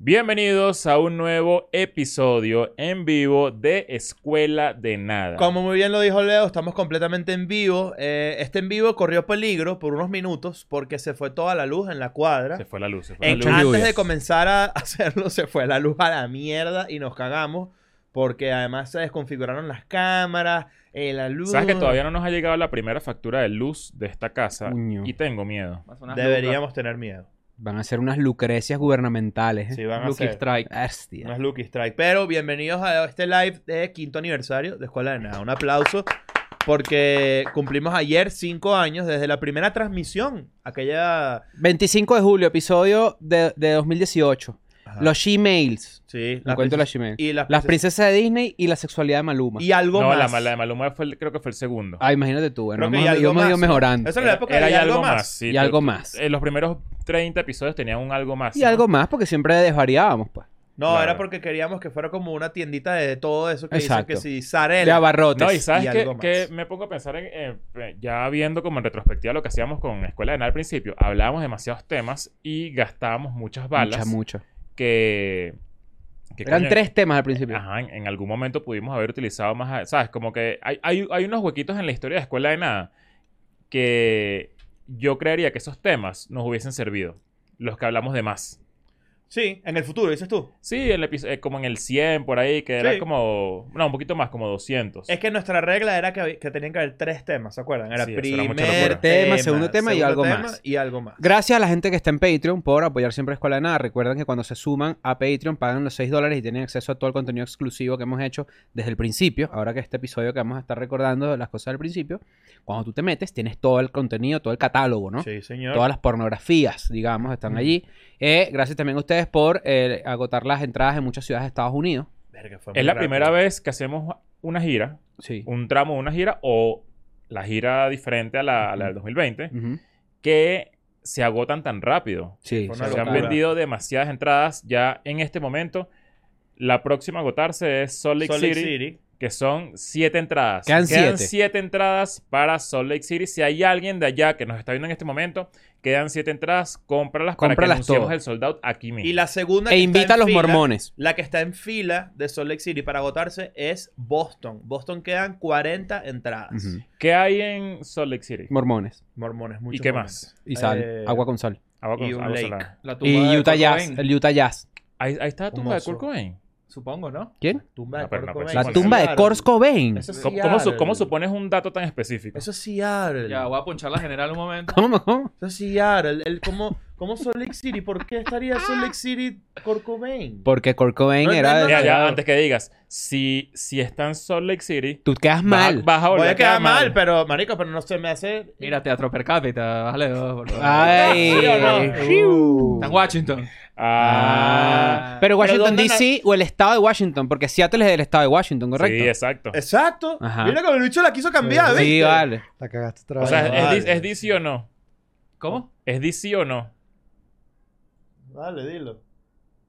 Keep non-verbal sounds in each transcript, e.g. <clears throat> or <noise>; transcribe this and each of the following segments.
Bienvenidos a un nuevo episodio en vivo de Escuela de Nada. Como muy bien lo dijo Leo, estamos completamente en vivo. Eh, este en vivo corrió peligro por unos minutos porque se fue toda la luz en la cuadra. Se fue la luz, se fue En- la luz. Muchas antes de lluvias. comenzar a <laughs> hacerlo, se fue la luz a la mierda y nos cagamos porque además se desconfiguraron las cámaras, eh, la luz. Sabes que todavía no nos ha llegado la primera factura de luz de esta casa Coño. y tengo miedo. Deberíamos tener miedo. Van a ser unas lucrecias gubernamentales. ¿eh? Sí, van a Lucky ser. Strike. Hostia. No es Lucky Strike. Pero bienvenidos a este live de quinto aniversario de Escuela de Nada. Un aplauso porque cumplimos ayer cinco años desde la primera transmisión. Aquella. 25 de julio, episodio de, de 2018. Ajá. Los Gmails. Sí, Me cuento las Gmails. Y las Las princesas. princesas de Disney y la sexualidad de Maluma. Y algo No, más. la, ma- la de Maluma fue el- creo que fue el segundo. Ah, imagínate tú. Bueno, Creo que hemos- y algo yo me he ido más, ¿no? mejorando. Eso era la época de y y algo más. sí, Y tú- algo tú- más. eh, En los primeros 30 episodios tenían un algo más. Y ¿no? algo más, porque siempre desvariábamos, pues. No, Claro. era porque queríamos que fuera como una tiendita de todo eso que Exacto. dice que si De Zarela. abarrotes. No, y sabes y que, algo más. que me pongo a pensar en, eh, eh, ya viendo como en retrospectiva lo que hacíamos con Escuela de Nada al principio, hablábamos demasiados temas y gastábamos muchas balas Mucha, mucho. que... que Eran coño, tres temas al principio. Ajá, en, en algún momento pudimos haber utilizado más, a- ¿sabes? Como que hay, hay, hay unos huequitos en la historia de Escuela de Nada que yo creería que esos temas nos hubiesen servido, los que hablamos de más. Sí, en el futuro, dices tú. Sí, en el episo- eh, como en el 100 por ahí, que era Sí. como, no, un poquito más, como 200. Es que nuestra regla era que, hab- que tenían que haber tres temas, ¿se acuerdan? Era Sí, eso era primer mucha tema, locura. Tema, segundo tema y algo más. Y algo más. Gracias a la gente que está en Patreon por apoyar siempre Escuela de Nada. Recuerden que cuando se suman a Patreon pagan los 6 dólares y tienen acceso a todo el contenido exclusivo que hemos hecho desde el principio. Ahora que este episodio que vamos a estar recordando las cosas del principio, cuando tú te metes tienes todo el contenido, todo el catálogo, ¿no? Sí, señor. Todas las pornografías, digamos, están allí. Eh, gracias también a ustedes por eh, agotar las entradas en muchas ciudades de Estados Unidos. Verga, fue muy es la rápido. primera vez que hacemos una gira, Sí. un tramo de una gira o la gira diferente a la, a la del 2020, Ujú. que se agotan tan rápido. Sí. E Fue una sí, Se han claro. locura. vendido demasiadas entradas ya en este momento. La próxima a agotarse es Salt Lake, Salt Lake City, City. que son siete entradas. Quedan siete. entradas para Salt Lake City. Si hay alguien de allá que nos está viendo en este momento, quedan siete entradas, cómpralas, para que Cómpralas anunciemos todas. el sold out aquí mismo. Y la segunda. E que está invita a en los fila- mormones. La que está en fila de Salt Lake City para agotarse es Boston. Boston quedan 40 entradas. Ujú. ¿Qué hay en Salt Lake City? Mormones. Mormones, muchos ¿Y qué mormones. más? Y sal. Eh, agua con sal. Agua y un agua lake. salada. La tumba Y de Utah Kurt Jazz. Cobain, El Utah Jazz. Ahí, ahí está la tumba de Hermoso. Kurt Cobain. supongo, ¿no? ¿Quién? Tumba No, de pero no, Kurt pero Cobain. La Bueno, tumba de Seattle. Kurt Cobain. Eso es ¿Cómo, cómo su- Seattle. cómo supones un dato tan específico? Eso es Seattle. Ya, voy a ponchar la general un momento. ¿Cómo? <laughs> ¿Cómo? Eso es Seattle. El, ¿cómo, ¿Cómo Salt Lake City? ¿Por qué estaría Salt Lake City Kurt Cobain? Porque Kurt Cobain No, era... no, no, Ya, ya, Claro. antes que digas, si, si está en Salt Lake City, Tú quedas mal. Vas, vas a Voy volver a quedar mal, pero, marico, pero no se me hace... Mira, teatro per cápita, bájale dos, por favor. Ay. ¿Sí o no? Fiu. Está en Washington. Ah, Ah. Pero Washington ¿dónde DC o el estado de Washington, porque Seattle es del estado de Washington, ¿correcto? Sí, exacto. Exacto. Ajá. Mira que el bicho la quiso cambiar, Ah, ¿viste? Sí, vale. La cagaste otra o vez. sea, Vale, es, vale. es D- es DC o no? ¿Cómo? ¿Es DC o no? Dale, dilo.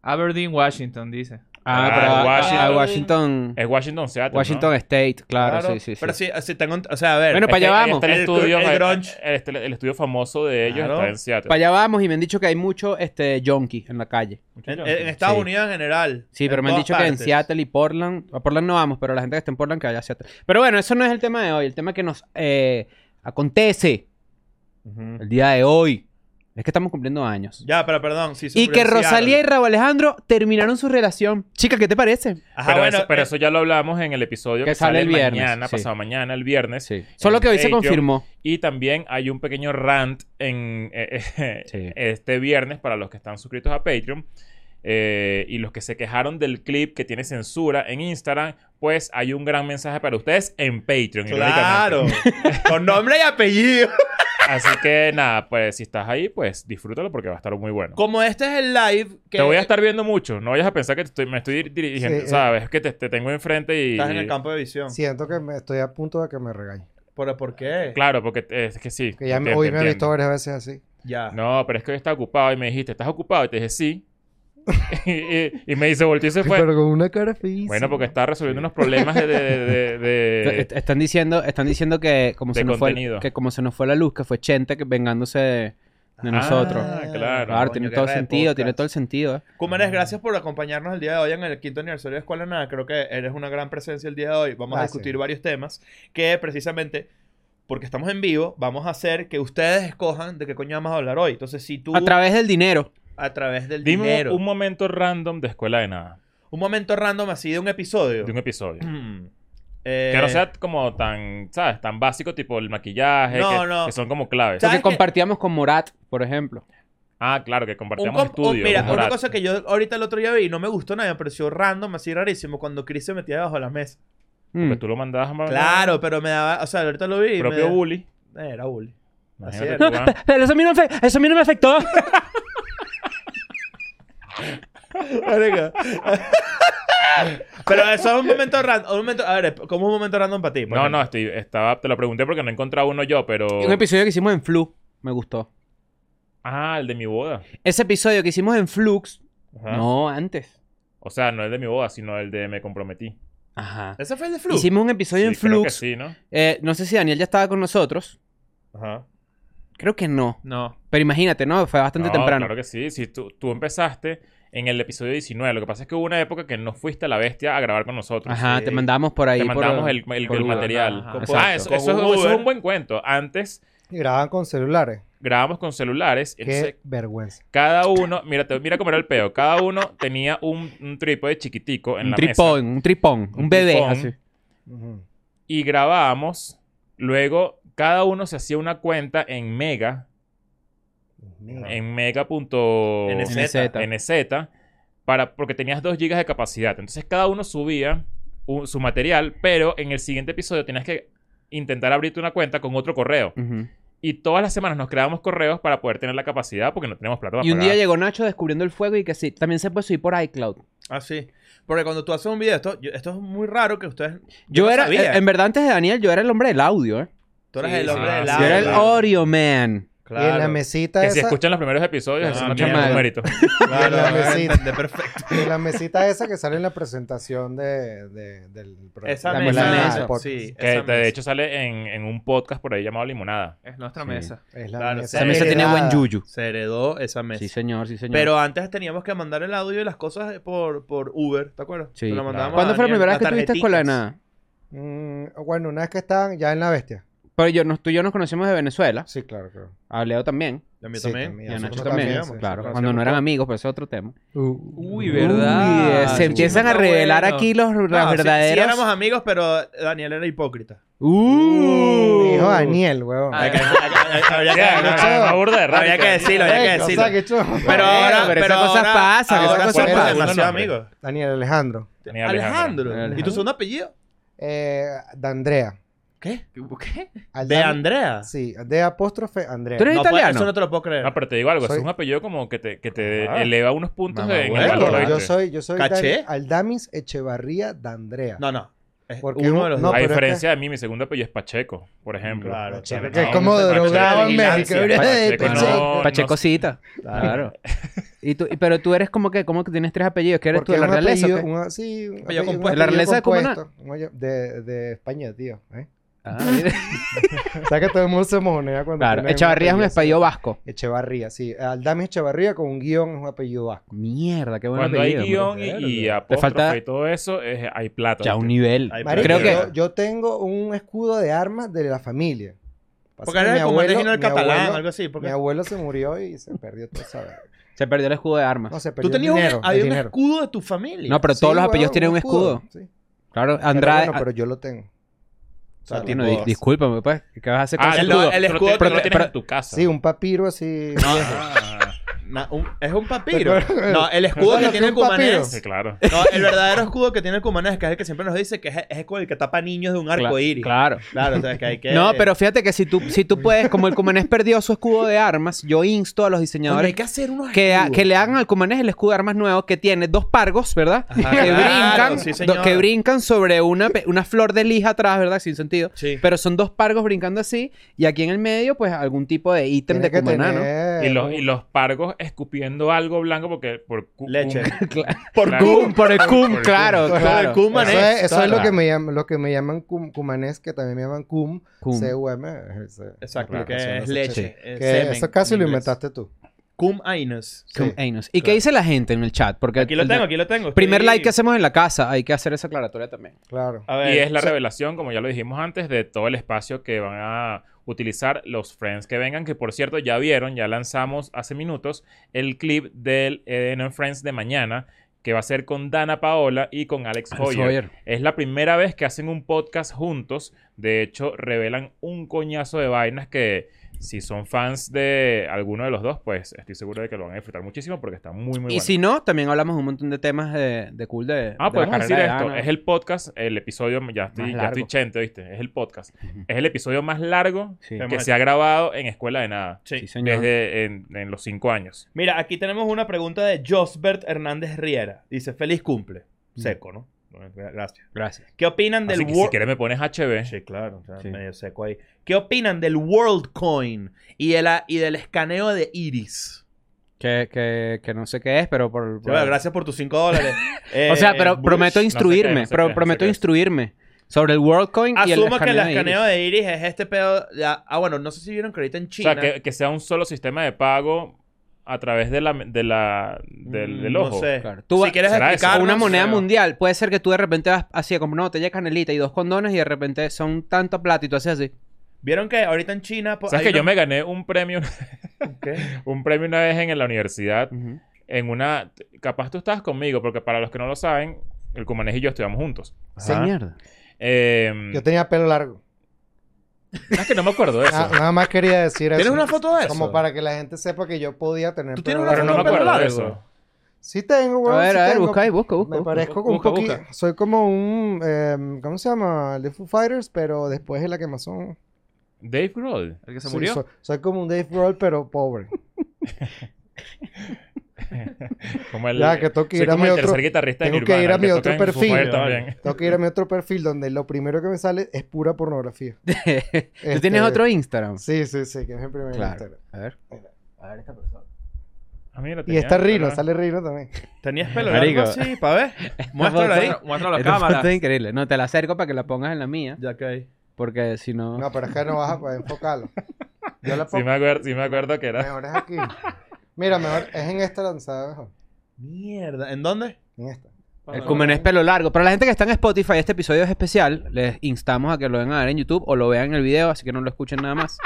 Aberdeen, Washington, dice. Ah, Ah, pero a- Washington. a Washington, Es Washington Seattle. Washington State, claro, sí, sí, sí. Pero sí, sí, tengo... O sea, a ver. Bueno, ¿no? para allá vamos. Está el, El gr- estudio, el el, grunge. el- este, el estudio famoso de ellos Claro. está en Seattle. Para allá vamos y me han dicho que hay mucho este junkie en la calle. en, en Estados Sí. Unidos en general. Sí, pero en me han todas dicho que en partes. Seattle y Portland, a Portland no vamos, pero la gente que está en Portland que vaya a Seattle. Pero bueno, eso no es el tema de hoy, el tema que nos eh, acontece Ujú. el día de hoy es que estamos cumpliendo años. Ya, pero perdón. Sí, Y que Rosalía y Raúl Alejandro terminaron su relación. Chica, ¿qué te parece? Ajá, pero, bueno. eso, pero eh, eso ya lo hablamos en el episodio Que que, sale sale, el viernes, mañana, sí. pasado mañana, el viernes. Solo que hoy se Patreon. confirmó. Y también hay un pequeño rant en eh, eh, <laughs> Sí. este viernes para los que están suscritos a Patreon. eh, y los que se quejaron del clip que tiene censura en Instagram, pues hay un gran mensaje para ustedes en Patreon. Claro. irónicamente. <laughs> Con nombre y apellido. Así que nada, pues si estás ahí, pues disfrútalo porque va a estar muy bueno. Como este es el live... Que Te voy a estar viendo mucho. No vayas a pensar que te estoy- me estoy dir- dirigiendo, Sí, eh. ¿sabes? Es que te, te tengo enfrente y... Estás en el campo de visión. Siento que me estoy a punto de que me regañe. ¿Pero por qué? Claro, porque eh, es que sí. Que ya te- me- hoy te me he visto entiendo. varias veces así. Ya. No, pero es que hoy está ocupado y me dijiste, ¿estás ocupado? Y te dije, sí. <laughs> y, y- y me dice, volteó y se fue. Pero con una cara feísima. Bueno, porque está resolviendo unos problemas de... de- de- eh, <laughs> de- Est- están diciendo, están diciendo que como de se nos fue, contenido. que como se nos fue la luz, que fue Chente que vengándose de, de nosotros. Ah, claro. Claro, coño, tiene qué todo red sentido, tiene podcast. todo el sentido. ¿eh? Cumanes, gracias por acompañarnos el día de hoy en el quinto aniversario de Escuela de Nada. Creo que eres una gran presencia el día de hoy. Vamos Gracias. a discutir varios temas que precisamente, porque estamos en vivo, vamos a hacer que ustedes escojan de qué coño vamos a hablar hoy. Entonces, si tú A través del dinero. a través del Dime dinero, un un, momento random de escuela de nada, momento random así de un episodio. de un episodio. Mm. <clears throat> Eh, Que no sea como tan, ¿sabes? Tan básico, tipo el maquillaje, No, que, no. que son como claves. ¿Sabes Lo que qué? compartíamos con Morat, por ejemplo. Ah, claro, que un compartíamos comp- un- estudios. mira, un una rato. cosa que yo ahorita el otro día vi y no me gustó nada, me pareció random, así rarísimo, cuando Chris se metía debajo de la mesa. Porque Mm. Pues tú lo mandabas a Claro, pero me daba, o sea, ahorita lo vi. y propio me- bully. Eh, <laughs> Era bully. Imagínate es. <laughs> tú, ah. Pero eso a mí no me, afe- eso a mí no me afectó. Marica. Pero eso es un momento random. Un momento, a ver, ¿cómo es un momento random para ti? Por No, ejemplo. no, estoy, estaba, te lo pregunté porque no encontraba uno yo, pero. <laughs> Un episodio que hicimos en Flu, me gustó. Ah, el de mi boda. Ese episodio que hicimos en Flux, Ah. Ajá. no, antes. O sea, no el de mi boda, sino el de me comprometí. Ajá. Ese fue el de Flu. Hicimos un episodio en Sí, creo que Flux. sí, ¿no? Eh, no sé si Daniel ya estaba con nosotros. Ajá. Creo que no. No. Pero imagínate, ¿no? Fue bastante No, temprano. Claro que sí. Si tú, tú empezaste en el episodio 19. Lo que pasa es que hubo una época que no fuiste a la bestia a grabar con nosotros. Ajá, Sí. te mandamos por ahí. Te por- mandamos el, el- por el Uber. material. Ajá. Ah, Exacto. eso, eso Con es- eso es Uber. un buen cuento. Antes Y grababan con celulares. grabamos con celulares. Entonces, Qué vergüenza. cada uno... Mira, te- mira cómo era el peo. Cada uno tenía un, un trípode chiquitico en Un la mesa. tripón, un tripón, un, Un bebé tripón. así. Ujú. Y grabábamos. Luego, cada uno se hacía una cuenta en Mega. Mira. en mega punto NZ. NZ, para, porque tenías 2 gigas de capacidad. Entonces cada uno subía un- su material, pero en el siguiente episodio tenías que intentar abrirte una cuenta con otro correo. Ujú. Y todas las semanas nos creábamos correos para poder tener la capacidad porque no tenemos plata para Y un pagar. día llegó Nacho descubriendo el fuego y que sí, también se puede subir por iCloud. Ah, sí. Porque cuando tú haces un video, esto, yo- esto es muy raro que ustedes. Yo, no era, sabía. eh, en verdad, antes de Daniel, yo era el hombre del audio, ¿eh? Tú eras Sí, el sí. hombre Ah, del sí, lado. yo era el claro. audio man. Y en la Claro. mesita que si esa, escuchan los primeros episodios, Ah, eso no tiene mierda. ningún mérito. Claro, en la van a mesita. entender perfecto. y en la mesita esa que sale en la presentación de, de- del programa. Esa La mesa. mesa. del podcast. Sí, Que de esa mesa. hecho sale en, en un podcast por ahí llamado Limonada. Es nuestra Sí. mesa. Es la Claro, mesa Esa mesa heredada. tiene buen yuyu. Se heredó esa mesa. Sí, señor, sí, señor. Pero antes teníamos que mandar el audio y las cosas por, por Uber, ¿te acuerdas? Sí, Te lo claro. mandábamos ¿Cuándo a fue la Daniel, primera vez que las tuviste escuela de tarjetitas. nada? Mm, bueno, una vez que estaban ya en la bestia. Pero yo, nos- tú y yo nos conocimos de Venezuela. Sí, claro, claro. A Leo también. Y A mí Sí, también. también. Y a nosotros Nacho Nosotros también. también, sí, claro, sí, cuando conocemos no eran por- amigos, pero ese es otro tema. Uh. Uy, ¿verdad? Uy, eh, Ese se chisme empiezan a está revelar bueno. aquí los, los No, sí- verdaderos. Sí, éramos amigos, pero Daniel era hipócrita. Uh. Dijo Daniel, huevón. Ah, Hay que- hay que- habría que- Ya, no, no, no, burda de Habría radical. que decirlo, habría que Ey, o decirlo. sea, qué chamo. Pero Bueno, ahora, pero pero esas cosas ahora- pasan, esas ahora cosas somos pasan. demasiado Segundo nombre. amigos. Daniel Alejandro. Tenía Alejandro. Alejandro. ¿Y tu segundo apellido? Eh, D'Andrea. ¿Qué? ¿Qué? Al De Dan- Andrea. Sí, de apóstrofe Andrea. ¿Tú eres No, italiano? Ah, pues, Eso no te lo puedo creer. No, pero te digo algo, Soy- es un apellido como que te, que te Ah. eleva unos puntos Mamá, en el bueno. valor. Yo, ¿oíste? soy, yo soy ¿Caché? Dan- Aldamis Echevarría D'Andrea. No, no. Es Porque uno uno- de los no, dos. a pero es diferencia de mí, mi segundo apellido es Pacheco, por ejemplo. Claro, Pacheco, claro. que es No, como Pacheco, drogado en México. vigilancia. bro. Pacheco, Pensé- no. Pachecosita. Claro. y tú, y- pero tú eres como que, ¿cómo que tienes tres apellidos? ¿Que eres Porque tú de la es un realeza? o apellido- qué? un- sí, un Apellido apellido- un compuesto. ¿La apellido realeza de Cumaná? compuesto. Un apellido De, de España, tío. ¿eh? Ah, mira. O sea que todo el mundo se mojonea cuando. claro, tiene Echavarría es un apellido. apellido vasco. Echevarría, sí. Aldamis Echevarría con un guión es un apellido vasco. Mierda, qué buen Cuando hay apellido. guión bro. y, y Verga. apóstrofe falta- y todo eso, es- hay plata. Ya ¿viste? un nivel. Ay, Marico, Creo yo, que- yo tengo un escudo de armas de la familia. Pasa Porque que eres mi el comandante abuelo- general mi catalán, abuelo- algo así. Mi porque- abuelo se murió y se perdió todo esa verga. Se perdió el escudo de armas. No, se perdió Tú tenías el un, dinero. el había un dinero. escudo de tu familia. No, pero Sí, todos los huevón, apellidos tienen un escudo. sí. Claro, Pero Andrade. bueno, pero yo lo tengo. O sea, Ah, tipo- Bueno, di- discúlpame, pues. ¿Qué vas a hacer con Ah, ese el, el- escudo? el escudo, escudo pero, te- te- lo tienes pero- en tu casa. Ah, sí, un papiro <laughs> así. Na- un- es un papiro. ¿Te acuerdas? No, el escudo ¿Te que acuerdas tiene que el un papiro? cumanés. Sí, claro. No, el verdadero escudo que tiene el cumanés, que es el que siempre nos dice que es, es con el que tapa niños de un arco iris. Claro. Claro. o sea, que hay que. No, pero fíjate que si tú, si tú puedes, como el Cumanés perdió su escudo de armas, yo insto a los Coño, hay diseñadores que hacer unos que, a- escudos. que le hagan al Cumanés el escudo de armas nuevo que tiene dos pargos, ¿verdad? Ajá, que, Ah, claro, brincan, sí, do- señor. que brincan sobre una, pe- una flor de lija atrás, ¿verdad? Sin sentido. Sí. Pero son dos pargos brincando así y aquí en el medio, pues algún tipo de ítem Tiene de que Cumaná, ¿no? tener- Y los, y los pargos escupiendo algo blanco porque por cu- Leche. cum- Por Claro. cum. Cum, por el cum, cum. claro, Claro, claro. el cum. Cumanés, Eso es, eso es lo, claro. que me llaman, lo que me llaman cum- cumanés, que también me llaman cum, Cum. cum. es- es- Exacto, la que aplicación de es ese leche. chiste. es Que semen eso casi en lo inglés. inventaste tú. Cum anus. Sí. Cum anus. ¿Y qué Claro. dice la gente en el chat? Porque Aquí lo el de- tengo, aquí lo tengo. Primer estoy- live que hacemos en la casa, hay que hacer esa aclaratoria también. Claro. A ver, Y es la revelación, como ya lo dijimos antes, de todo el espacio que van a utilizar los friends que vengan. Que por cierto, ya vieron, ya lanzamos hace minutos el clip del Eden and Friends de mañana, que va a ser con Dana Paola y con Alex Hoyer. Sawyer. Es la primera vez que hacen un podcast juntos. De hecho, revelan un coñazo de vainas que. Si son fans de alguno de los dos, pues estoy seguro de que lo van a disfrutar muchísimo porque está muy, muy Y bueno. si no, también hablamos un montón de temas de, de cool de. Ah, de pues la decir carrera de esto. Ana. Es el podcast, el episodio, ya estoy, Más ya largo. estoy chente, ¿viste? Es el podcast. Ujú. Es el episodio más largo Sí. Hemos que hecho. se ha grabado en Escuela de Nada. Sí. Sí, señor. Desde en, en los cinco años. Mira, aquí tenemos una pregunta de Josbert Hernández Riera. Dice, feliz cumple. Mm. Seco, ¿no? Bueno, gra- Gracias. Gracias. ¿Qué opinan del Así que Wor- si quieres me pones HB. Sí, claro. o sea, Sí. medio seco ahí. ¿Qué opinan del WorldCoin y, de la- y del escaneo de Iris? Que, que, que no sé qué es, pero por. Sí, bueno, gracias por tus 5 dólares. Eh, O sea, pero Bush. prometo instruirme. no sé pro- qué, no sé prometo qué es. instruirme sobre el WorldCoin y el Asumo que el escaneo de escaneo iris. de Iris es este pedo. de- ah, bueno, no sé si vieron que ahorita en O China. sea, que, que sea un solo sistema de pago a través de la, de la, del, Mm, del no ojo. sé. Claro. Tú, si quieres ¿será eso? explicarnos, Carlos, una moneda creo. mundial. Puede ser que tú de repente vas así como una botella de canelita y dos condones y de repente son tanta plata y tú haces así. Vieron que ahorita en China. po- ¿Sabes hay que yo una- me gané un premio, ¿Qué? <laughs> un premio una vez en, en la universidad? Ujú. En una... Capaz tú estabas conmigo, porque para los que no lo saben, el Cumanés y yo estudiamos juntos. Esa Ajá. mierda. Mm. Eh, Yo Ah, tenía pelo largo. es que no me acuerdo de eso. Na- nada más quería decir eso. ¿Tienes una foto de eso? Como para que la gente sepa que yo podía tener ¿Tú pelo tienes una pero largo. no me pelo acuerdo de largo? eso. Sí tengo, A weón. ver, sí a ver, tengo. busca ahí, busca, busca. Me busca. parezco como un Busca, poquito. busca. Soy como un. eh, ¿Cómo se llama? El de Foo Fighters, pero después es la quemazón. Dave Grohl. El que se Sí, murió. soy, soy como un Dave Grohl, pero pobre. Como el, Ya, que tengo que soy ir a como mi el otro- tercer guitarrista de tengo que Nirvana, ir a mi toca otro en Foo perfil. Fighters también. Tengo que ir a mi otro perfil donde lo primero que me sale es pura pornografía. <laughs> Este, ¿Tú tienes otro Instagram? Sí, sí, sí, que es mi primer Claro. Instagram. A ver. A ver esta persona. Ah, mira, Y tenía- está Rino, ¿verdad? sale Rino también. ¿Tenías pelo Marico. largo? Sí, pa' ver. Muéstralo ahí. Muéstralo- Muéstralo a la Esta foto <laughs> cámara. es increíble. No, te la acerco para que la pongas en la mía. Ya que hay. Porque si no... No, pero es que no vas a poder enfocarlo. Yo la Sí pongo. me, acuerdo, sí me acuerdo que era. Mejor es aquí. Mira, mejor es en esta lanzada mejor. Mierda. ¿En dónde? En esta. El cumen es pelo largo. Para la gente que está en Spotify, este episodio es especial. Les instamos a que lo vean a ver en YouTube o lo vean en el video, así que no lo escuchen nada <laughs> más.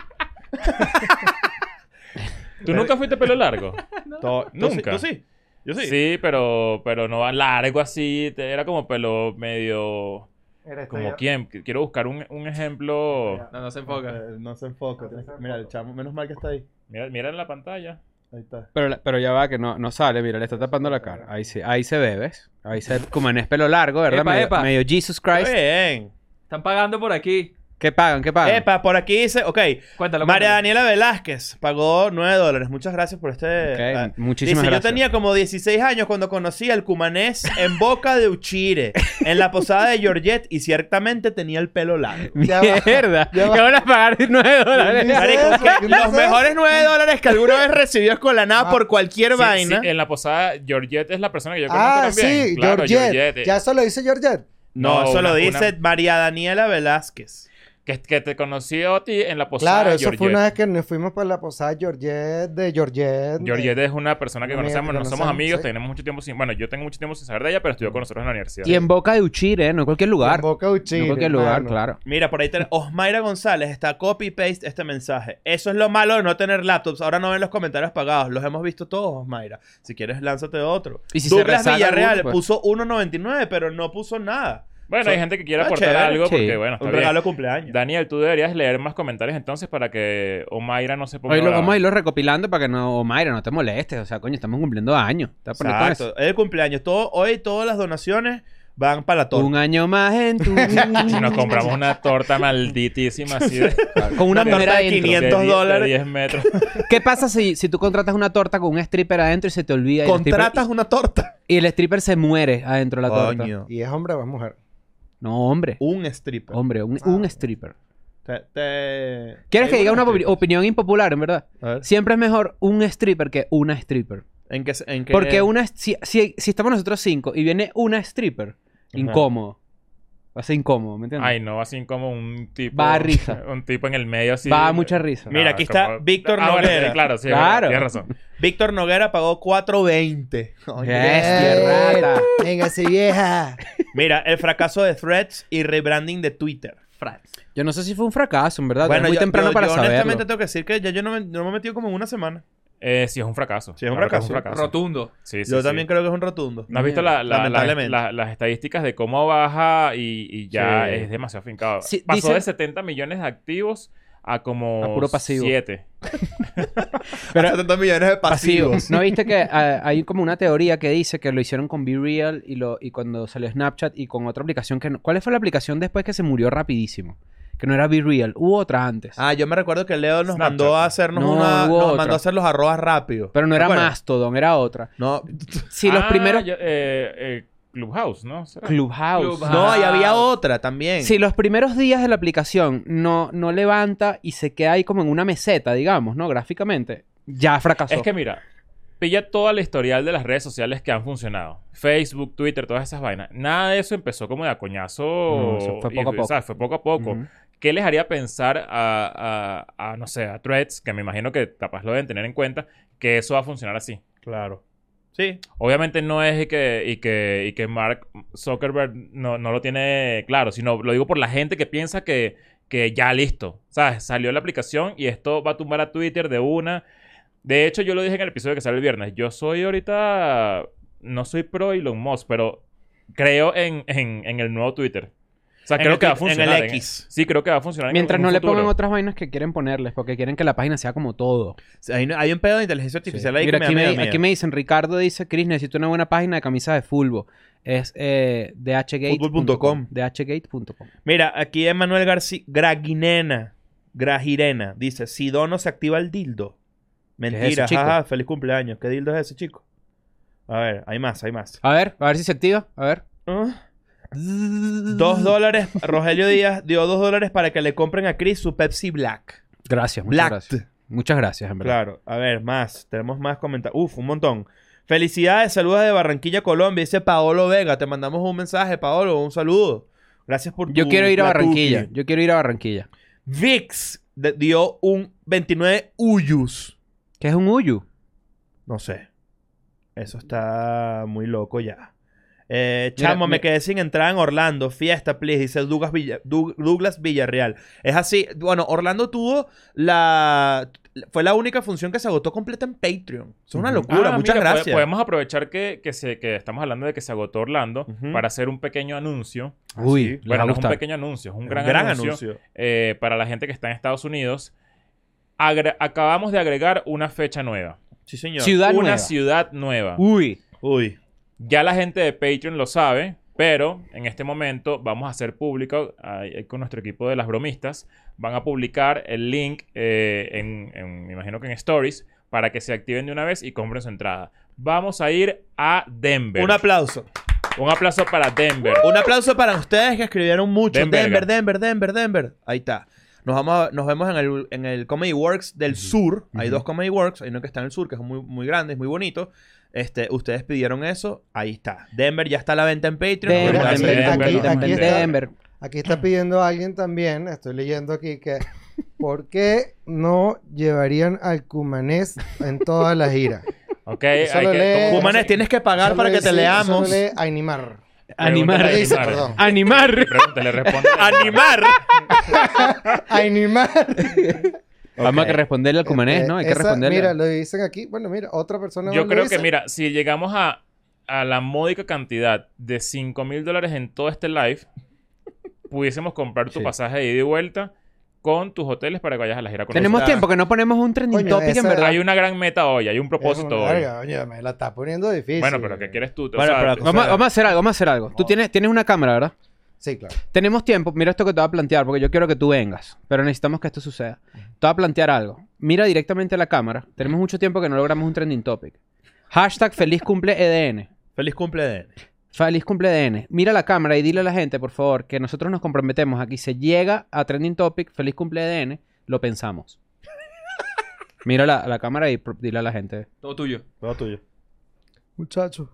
¿Tú nunca fuiste pelo largo? To- ¿Tú sí- Nunca. ¿Tú sí? Yo <laughs> sí. Sí, pero, pero no largo así. te- Era como pelo medio. Era esta Como ya. <laughs> quién. Qu- Quiero buscar un, un ejemplo. No, no se enfoca. Eh, No se enfoca. tienes que- Mira, el chamo, menos mal que está ahí. Mira, mira en la pantalla. Ahí está. Pero, la- pero ya va, que no, no sale. Mira, le está tapando la cara. Ahí sí, ahí se ve, ¿ves? Ahí se cumen es pelo largo, ¿verdad? Epa, medio, epa. medio Jesus Está Christ. Bien. Están pagando por aquí. ¿Qué pagan? ¿Qué pagan? Epa, por aquí dice, ok, Cuéntalo. María cuéntalo. Daniela Velázquez pagó 9 dólares. Muchas gracias por este... Ok, ah, Muchísimas dice, gracias. yo tenía como 16 años cuando conocí al cumanés en Boca de Uchire, en la posada de Georgette, y ciertamente tenía el pelo <laughs> largo. <laughs> Ya va. ¡Mierda! Ya va. ¡Me van a pagar <laughs> 9 dólares! Marico, eso? que ¿Quién los dice mejores 9 dólares que alguna vez recibió Escuela Nada Ah, por cualquier Sí, vaina. sí, en la posada, Georgette es la persona que yo conozco Ah, también. sí, Claro, Georgette. Georgette. Ya eso lo dice Georgette. no, No, eso una- lo dice una- María Daniela Velázquez. Que, que te conoció a ti en la posada. Claro, eso fue Georgette. una vez que nos fuimos para la posada Georgette de Georgette. Georgette es una persona que Una amiga que conocemos, no somos conocemos, amigos, sí. tenemos mucho tiempo sin. Bueno, yo tengo mucho tiempo sin saber de ella, pero estudió con nosotros en la universidad. Y en Boca de Uchire, ¿eh? No en cualquier lugar. En Boca No Uchile. en cualquier lugar, hermano. claro. Mira, por ahí tenemos. Osmayra González está copy-paste este mensaje. Eso es lo malo de no tener laptops. Ahora no ven los comentarios pagados. Los hemos visto todos, Osmayra. Si quieres, lánzate otro. Y si se Douglas rezaga Villarreal alguno, pues. puso 1.99, pero no puso nada. Bueno, So- hay gente que quiere Ah, aportar chévere, algo sí. porque, bueno, está Un bien. regalo de cumpleaños. Daniel, tú deberías leer más comentarios entonces para que Omaira no se ponga. Hoy lo brava. vamos a irlo recopilando para que no, o Mayra, no te molestes. O sea, coño, estamos cumpliendo años. Te vas a poner con eso. Exacto. Es el cumpleaños. Todo, hoy todas las donaciones van para la torta. Un año más <laughs> en tu Si nos compramos una torta malditísima así de, Con una Una moneda torta de adentro. 500 de die- de dólares. 10 <laughs> metros. ¿Qué pasa si, si tú contratas una torta con un stripper adentro y se te olvida? y el Contratas una torta. stripper- Y el stripper se muere adentro de la torta. Coño. Y es hombre o es mujer. No, hombre. Un stripper. Hombre, un, Ah. un stripper. Te- te- ¿Quieres hay que diga una buenos opi- strippers. opinión impopular, en verdad? A ver, Siempre es mejor un stripper que una stripper. ¿En qué, se- en qué- Porque una... Si, si- si estamos nosotros cinco y viene una stripper, incómodo. Va a ser incómodo, ¿me entiendes? Ay, no, así como un tipo. Va a risa. Un tipo en el medio así. Va a mucha risa. Mira, aquí está Víctor Ah, bueno, Noguera. sí, claro, sí, Claro. claro. Tienes razón. Víctor Noguera pagó 4.20. Coño. Bestia, rata. Venga, ese vieja. Mira, el fracaso de Threads y rebranding de Twitter. Yo no sé si fue un fracaso, en verdad. es muy yo- temprano yo- para yo saberlo. honestamente tengo que decir que ya yo no me, no me he metido como en una semana. Eh, sí, es un fracaso. Sí, es un Claro que fracaso. Rotundo. Sí, sí, yo sí. también creo que es un rotundo. ¿No has visto la- la- la- Lamentablemente. la- las estadísticas de cómo baja y, y ya Sí. es demasiado fincado? Sí, Pasó dicen- de 70 millones de activos a como A puro pasivo. 7. Pero- 70 millones de pasivos. ¿No viste que eh, hay como una teoría que dice que lo hicieron con Be Real y, lo, y cuando salió Snapchat y con otra aplicación que no- ¿Cuál fue la aplicación después que se murió rapidísimo? Que no era Be Real. Hubo otra antes. Ah, yo me recuerdo que Leo nos Snapchat. mandó a hacernos No, una. hubo Nos otra. mandó a hacer los arrobas rápido. pero no era ¿Te acuerdas? Mastodon, era otra. No, Si los Ah, primeros... yo- eh, eh, Clubhouse, ¿no? ¿Será? Clubhouse. Clubhouse. no, y había otra también. Si los primeros días de la aplicación no, no levanta y se queda ahí como en una meseta, digamos, ¿no? Gráficamente, ya fracasó. Es que mira, pilla todo el historial de las redes sociales que han funcionado. Facebook, Twitter, todas esas vainas. Nada de eso empezó como de a coñazo. No, eso fue y- poco a y, poco. o sea, fue poco a poco. Ujú. ¿Qué les haría pensar a, a- a, no sé, a Threads, que me imagino que capaz lo deben tener en cuenta, que eso va a funcionar así? Claro. Sí. Obviamente no es y que, y que, y que Mark Zuckerberg no, no lo tiene claro, sino lo digo por la gente que piensa que, que ya listo. ¿Sabes? Salió la aplicación y esto va a tumbar a Twitter de una. De hecho, yo lo dije en el episodio que sale el viernes. Yo soy ahorita. No soy pro Elon Musk, pero creo en, en- en el nuevo Twitter. O sea, En creo el que va a Twi- en el funcionar. ¿eh? X. sí, creo que va a funcionar. en- Mientras en un no le futuro. pongan otras vainas que quieren ponerles, porque quieren que la página sea como todo. Sí, Hay, hay un pedo de inteligencia artificial Sí. ahí Mira, que aquí, me da me, miedo. aquí me dicen, Ricardo dice, Chris, necesito una buena página de camisas de fulbo. Es eh, dhgate.com. Fútbol.com. dhgate.com. Mira, aquí Emanuel García. Graguinena. Gragirena. Dice: Si Dono se activa el dildo. es Mentira, eso, chico? jaja, feliz cumpleaños. ¿Qué dildo es ese, chico? A ver, hay más, hay más. A ver, a ver si se activa. A ver. Ah. Dos dólares. Rogelio Díaz dio dos dólares para que le compren a Chris su Pepsi Black. Gracias, muchas Black. gracias. Muchas gracias, en verdad. Claro. A ver, más. Tenemos más comentarios. Uf, un montón. Felicidades, saludos de Barranquilla, Colombia. Dice Paolo Vega. Te mandamos un mensaje, Paolo. Un saludo. Gracias por Yo tu quiero ir a platuque. Barranquilla. Yo quiero ir a Barranquilla. VIX de- dio un 29 Uyus. ¿Qué es un Uyu? No sé. Eso está muy loco ya. Eh, chamo, Mira, me mi- quedé sin entrada en Orlando. Fiesta, please, dice Douglas, Villa- Doug- Douglas Villarreal. Es así. Bueno, Orlando tuvo la... Fue la única función que se agotó completa en Patreon. Es una Ujú. locura. Ah, Muchas mira, po- gracias. Podemos aprovechar que, que, se, que estamos hablando de que se agotó Orlando Ujú. para hacer un pequeño anuncio. Uy, les va Bueno, a no es un gustar. pequeño anuncio, es un Un gran, anuncio, anuncio. eh, para la gente que está en Estados Unidos. Agre- acabamos de agregar una fecha nueva. Sí, señor. Ciudad una nueva. ciudad nueva. Uy. Uy. Ya la gente de Patreon lo sabe, pero en este momento vamos a hacer público ahí- ahí con nuestro equipo de las bromistas. Van a publicar el link, eh, en, en- me imagino que en Stories, para que se activen de una vez y compren su entrada. Vamos a ir a Denver. Un Uh, aplauso. Un aplauso para Denver. Un aplauso para ustedes que escribieron mucho. Den Denver, verga. Denver, Denver, Denver. Ahí está. Nos, vamos a- nos vemos en el, en el Comedy Works del sur. Hay Ujú. dos Comedy Works. Hay uno que está en el sur, que es muy, muy grande, es muy bonito. Este, ustedes pidieron eso. Ahí está. Denver ya está a la venta en Patreon. Denver, Denver, Denver, Denver, Denver, aquí está. Denver. Aquí está pidiendo alguien también, estoy leyendo aquí que ¿por qué no llevarían al cumanés en toda la gira? <laughs> Ok, Eso hay lo que- lee- ¿cómo- Humanes, tienes que pagar Eso para le que te dice- leamos. eso le dice animar. Animar. Pregúntale a Dice, Animar. perdón. Animar. Pregúntale, responde. ¡Animar! Animar. Vamos a que responderle al cumanés, Este, ¿no? Hay que esa- responderle. Mira, lo dicen aquí. Bueno, mira, otra persona más Yo lo creo que, dice. mira, si llegamos a, a la módica cantidad de 5 mil dólares en todo este live, pudiésemos comprar tu Sí. pasaje de ida y vuelta con tus hoteles para que vayas a la gira con Tenemos nosotros. tiempo que no ponemos un trending Coño, topic en esa- verdad. Hay una gran meta hoy, hay un Es una propósito hoy. verga, coño, me la está poniendo difícil. Bueno, pero ¿qué quieres tú? O Bueno, sea, pero- tú- Vamos, O sea, vamos a hacer algo, vamos a hacer algo. Tú no. tienes, tienes una cámara, ¿verdad? Sí, claro. Tenemos tiempo. Mira esto que te voy a plantear, porque yo quiero que tú vengas. Pero necesitamos que esto suceda. Te voy a plantear algo. Mira directamente a la cámara. Tenemos mucho tiempo que no logramos un trending topic. Hashtag feliz cumple EDN. Feliz cumple, Denver. Feliz cumple DN. Mira la cámara y dile a la gente, por favor, que nosotros nos comprometemos. Aquí se llega a Trending Topic. Feliz cumple DN. Lo pensamos. Mira la, la cámara y pro- dile a la gente. Todo tuyo. Todo tuyo. <laughs> Muchachos.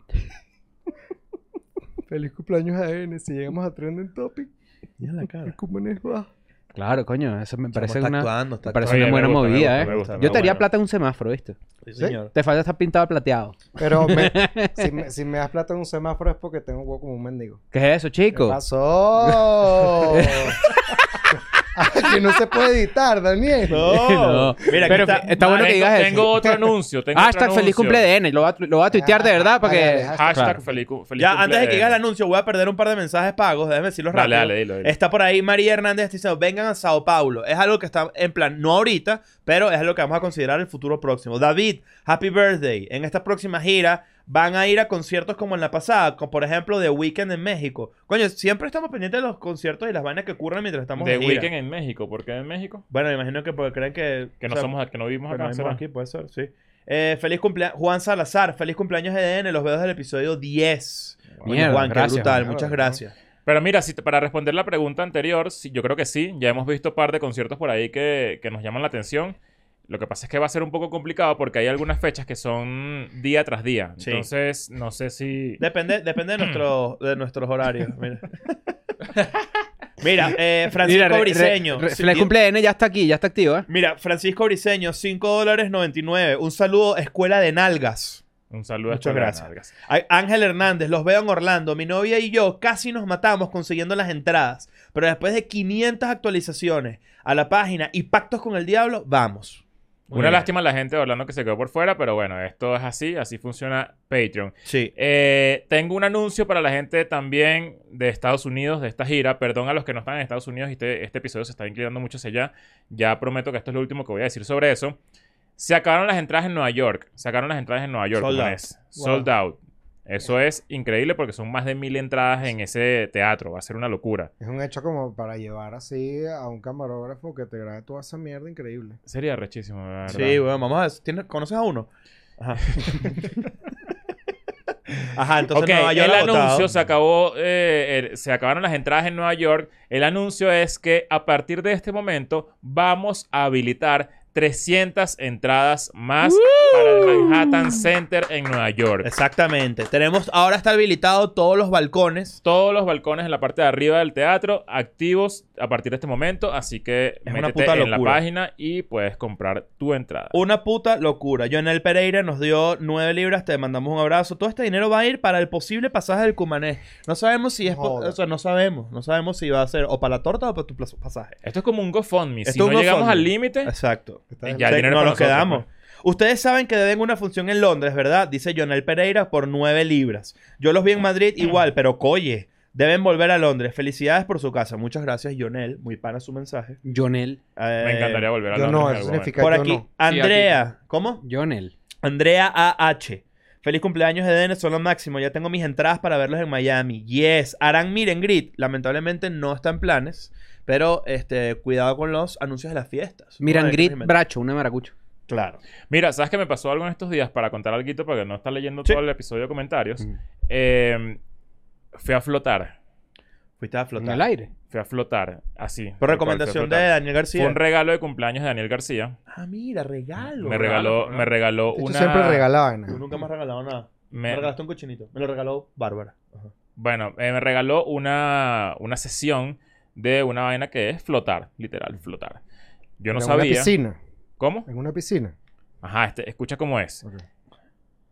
Feliz cumpleaños a N. Si llegamos a Trending Topic, Mira la el cara. cumanes va. Claro, coño. Eso <laughs> me parece está una... actuando, está me parece Oye, una me buena gusta, me movida, gusta, ¿eh? me gusta, Yo me te haría gusta. plata en un semáforo, ¿viste? actuando. Sí, señor. Te falta estar pintado de plateado. Pero <laughs> me- si, me, si me das plata en un semáforo es porque tengo un huevo como un mendigo. ¿Qué es eso, ¿Qué chico? pasó? <laughs> Ah, que no se puede editar, Daniel. <laughs> No. Mira, aquí Pero está. está bueno que Tengo- digas eso. Tengo otro anuncio. Tengo otro Hashtag feliz anuncio. cumple DN. Lo voy a, tu- lo voy a tuitear de verdad para Dale, que... dale, Hashtag Claro. feliz, cu- feliz Ya, cumple antes de que llegue el DN. anuncio, voy a perder un par de mensajes pagos. Déjame decirlos Dale, rápido. dale, dilo, dilo. Está por ahí María Hernández diciendo, vengan a Sao Paulo. Es algo que está en plan, no ahorita, pero es algo que vamos a considerar el futuro próximo. David, happy birthday. En esta próxima gira van a ir a conciertos como en la pasada, como por ejemplo The Weeknd en México. Coño, siempre estamos pendientes de los conciertos y las vainas que ocurren mientras estamos De en gira. Weekend en México. ¿Por qué en México? Bueno, me imagino que porque creen que... Que o no sea, somos, que no vivimos que acá. no vimos ¿será? aquí, puede ser, sí. Eh, feliz cumpleaños, Juan Salazar, feliz cumpleaños EDN, los veo desde el episodio 10. Coño, Mierda, Juan, gracias, qué brutal, Juan. muchas gracias. Pero mira, si- para responder la pregunta anterior, sí, yo creo que sí. Ya hemos visto un par de conciertos por ahí que, que nos llaman la atención. Lo que pasa es que va a ser un poco complicado porque hay algunas fechas que son día tras día. Sí. Entonces, no sé si... Depende, depende de, nuestro, de nuestros horarios. Mira, Mira, eh, Francisco Mira, re- re- Briseño. re- Sí, feliz di- cumple DN ya está aquí, ya está activo, ¿eh? Mira, Francisco Briseño, 5 dólares 99. Un saludo, Escuela de Nalgas. Un saludo. a Muchas Escuela de gracias. Nalgas. Ay, Ángel Hernández, los veo en Orlando. Mi novia y yo casi nos matamos consiguiendo las entradas. Pero después de 500 actualizaciones a la página y pactos con el diablo, vamos. Una lástima a la gente de Orlando que se quedó por fuera, pero bueno, esto es así. Así funciona Patreon. Sí. Eh, tengo un anuncio para la gente también de Estados Unidos, de esta gira. Perdón a los que no están en Estados Unidos y este, este episodio se está inclinando mucho hacia allá. Ya prometo que esto es lo último que voy a decir sobre eso. Se acabaron las entradas en Nueva York. Se acabaron las entradas en Nueva York. Sold como out. es. Wow. Sold out. Eso es increíble porque son más de mil entradas en ese teatro. Va a ser una locura. Es un hecho como para llevar así a un camarógrafo que te grabe toda esa mierda increíble. Sería rechísimo, la verdad. Sí, bueno, vamos a ver. ¿Tienes- ¿Conoces a uno? Ajá. Ajá, entonces ok, Nueva York el agotado. anuncio se acabó, eh, el- se acabaron las entradas en Nueva York. El anuncio es que a partir de este momento vamos a habilitar 300 entradas más para el Manhattan Center en Nueva York. Exactamente. Tenemos, ahora está habilitado todos los balcones. Todos los balcones en la parte de arriba del teatro activos a partir de este momento, así que Es una métete puta en la locura. Uh. página y puedes comprar tu entrada. Una puta locura. Jonel Pereira nos dio 9 libras, te mandamos un abrazo. Todo este dinero va a ir para el posible pasaje del Cumané. No sabemos si es... po- Joda. O sea, no sabemos. No sabemos si va a ser o para la torta o para tu plas- pasaje. Esto es como un GoFundMe. Si Esto es no un llegamos GoFundMe. al límite, Exacto. Está Ya, Sí, el dinero no para nos nosotros, quedamos. pues. Ustedes saben que deben una función en Londres, ¿verdad? Dice Jonel Pereira por 9 libras. Yo los vi en Madrid igual, pero coye, deben volver a Londres. Felicidades por su casa. Muchas gracias, Jonel. Muy pana su mensaje. Jonel. Eh, me encantaría volver a Yo Londres no, en eso algún momento. significa Por yo aquí, no. Andrea. ¿Cómo? Jonel. Andrea AH. Feliz cumpleaños Eden, son lo máximo. Ya tengo mis entradas para verlos en Miami. Yes. Harán Miren Grid. Lamentablemente no está en planes, pero este, cuidado con los anuncios de las fiestas. Miran No, Grit déjenme- Bracho, una maracucha. Claro. Mira, ¿sabes que me pasó algo en estos días para contar algo? Porque no está leyendo Sí. todo el episodio de comentarios. Mm. Eh, fui a flotar. Fuiste a En flotar. el aire. Fui a flotar, así. Por tal cual, recomendación fui a de flotar. Daniel García. Fue un regalo de cumpleaños de Daniel García. Ah, mira, regalo. me regaló, me regaló De hecho, una. siempre regalaban. Tú nunca me has regalado nada. me- Me regalaste un cochinito. Me lo regaló Bárbara. Ajá. bueno, eh, me regaló una, una sesión de una vaina que es flotar, literal, flotar. Yo no en una sabía. piscina. ¿Cómo? En una piscina. Ajá, este, escucha cómo es. Ok.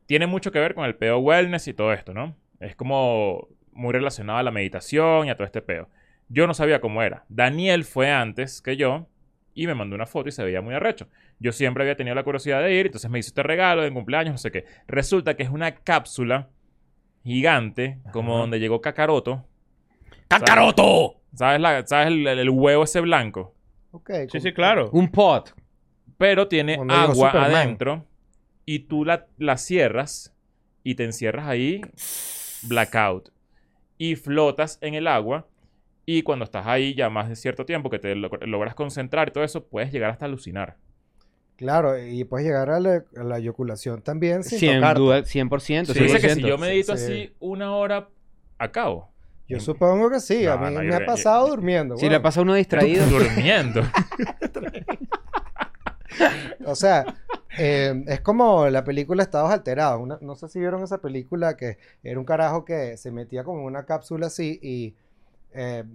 tiene mucho que ver con el peo wellness y todo esto, ¿no? Es como muy relacionado a la meditación y a todo este peo. Yo no sabía cómo era. Daniel fue antes que yo y me mandó una foto y se veía muy arrecho. Yo siempre había tenido la curiosidad de ir, entonces me hizo este regalo de cumpleaños, no sé qué. Resulta que es una cápsula gigante, como Ajá. donde llegó Kakaroto. ¡Kakaroto! ¿Sabes, la- sabes el, el huevo ese blanco? Ok. Sí, con- sí, claro. Un pot. Pero tiene Como me dijo agua Superman. adentro y tú la, la cierras y te encierras ahí, blackout. Y flotas en el agua y cuando estás ahí ya más de cierto tiempo que te lo- logras concentrar y todo eso, puedes llegar hasta alucinar. Claro, y puedes llegar a la, a la eyaculación también sin Sin tocarte. duda, 100%. Se dice que si 100%. yo medito Sí, sí. así una hora a cabo. Yo supongo que sí. a No, mí no, me yo- ha yo- pasado durmiendo. Si weón. le pasa a uno distraído. Durmiendo. O sea, eh, es como la película Estados Alterados. Una- no sé si vieron esa película que era un carajo que se metía como en una cápsula así y eh,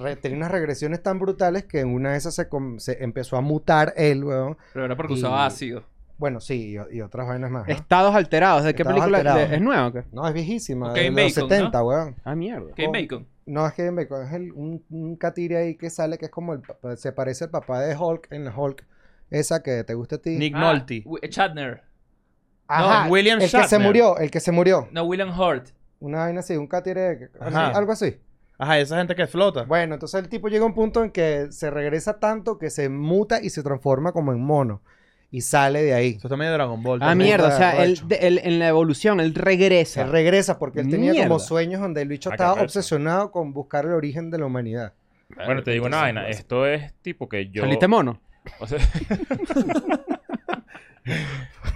re- tenía unas regresiones tan brutales que en una de esas se, com- se empezó a mutar él, weón. Pero era porque Y- usaba ácido. Bueno, sí, y, o- y otras vainas más. ¿no? Estados alterados. ¿De qué Estados película? alterados. de- ¿Es nueva o qué? No, es viejísima, Ok, de los Bacon, 70, weón. Ah, mierda. ¿Qué Oh. bacon? No, es que me es el- un, un catire ahí que sale que es como el, pa- se parece al papá de Hulk en la Hulk. Esa que te gusta a ti. Nick Ah, Nolte. Wi- Shatner. Ajá, no, William el que se Shatner. murió, el que se murió. No, William Hurt. Una vaina así, un catire, así, Ajá. algo así. Ajá, esa gente que flota. Bueno, entonces el tipo llega a un punto en que se regresa tanto que se muta y se transforma como en mono. Y sale de ahí. Eso está medio Dragon Ball. Ah, también. mierda. O sea, Está él, borracho. de- él- en la evolución, él regresa. Se regresa porque él tenía Mierda. como sueños donde el bicho Ah, qué estaba arrecho. obsesionado con buscar el origen de la humanidad. bueno, te digo una vaina. Esto es tipo que yo... ¿Saliste mono? O sea, <laughs>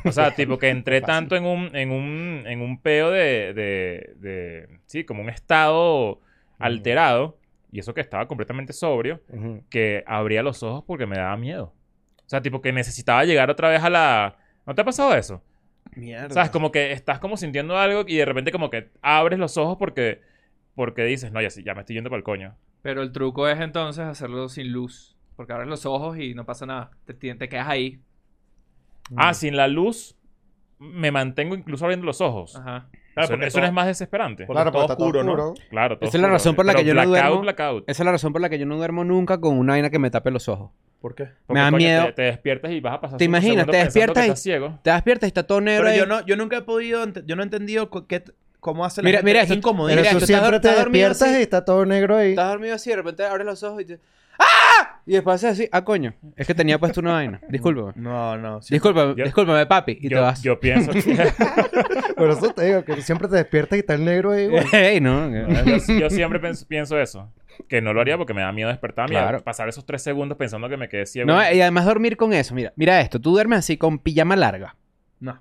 o sea, tipo que entré tanto en un, en un, en un peo de, de, de- Sí, como un estado alterado. Y eso que estaba completamente sobrio, Ujú. que abría los ojos porque me daba miedo. O sea, tipo que necesitaba llegar otra vez a la. ¿No te ha pasado eso? Mierda. ¿Sabes? Como que estás como sintiendo algo y de repente como que abres los ojos porque. Porque dices, no, ya, sí, ya me estoy yendo para el coño. Pero el truco es entonces hacerlo sin luz. Porque abres los ojos y no pasa nada. Te, ti- te quedas ahí. Ah, Mm. sin la luz me mantengo incluso abriendo los ojos. Ajá. Claro, eso Ah, porque Ah, eso no todo- es más desesperante. Porque todo oscuro, ¿no? Claro, todo Esa es la oscuro. razón por la Pero que yo no blackout, duermo. Blackout, Esa es la razón por la que yo no duermo nunca con una vaina que me tape los ojos. ¿Por qué? Porque, da coño, miedo. Te, te despiertas y vas a pasar ¿Te un imaginas? segundo Te pensando que despiertas y- estás ciego. Te despiertas y está todo negro Pero ahí. yo, no, yo nunca he podido... ent- Yo no he entendido cu- qué t- cómo hace la Mira, gente. mira Es esto- incomodísimo. Pero Mira, tú tú estás siempre dor- te estás dormido despiertas así. y está todo negro ahí. Estás dormido así, de repente abres los ojos y te... ¡Ah! Y después haces así. Ah, coño. Es que tenía puesto <laughs> una vaina. Discúlpame. No, no. sí. Discúlpame, Yo- discúlpame, papi. Y te Yo, vas. yo pienso... Por eso te digo que siempre te despiertas y está el negro ahí. <laughs> güey. <laughs> Ey, no. que- <laughs> yo, yo siempre pens- pienso eso. Que no lo haría porque me da miedo despertar. miedo. Claro. Pasar esos tres segundos pensando que me quedé ciego. No, y además dormir con eso. Mira, mira esto. Tú duermes así con pijama larga. No.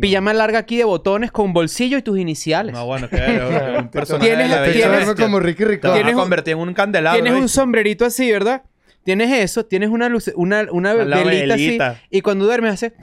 Pijama larga aquí de botones con bolsillo y tus iniciales. No, bueno, que <laughs> era un personaje de Tienes- Te la Bella tienes- duermes Bestia. como Ricky Te vas Ricón. a Tienes un- convertir en un candelabro. tienes un <laughs> ¿viste? sombrerito así, ¿verdad? Tienes eso, tienes una luz, una, una Una velita así. velita. Y cuando duermes haces... <laughs>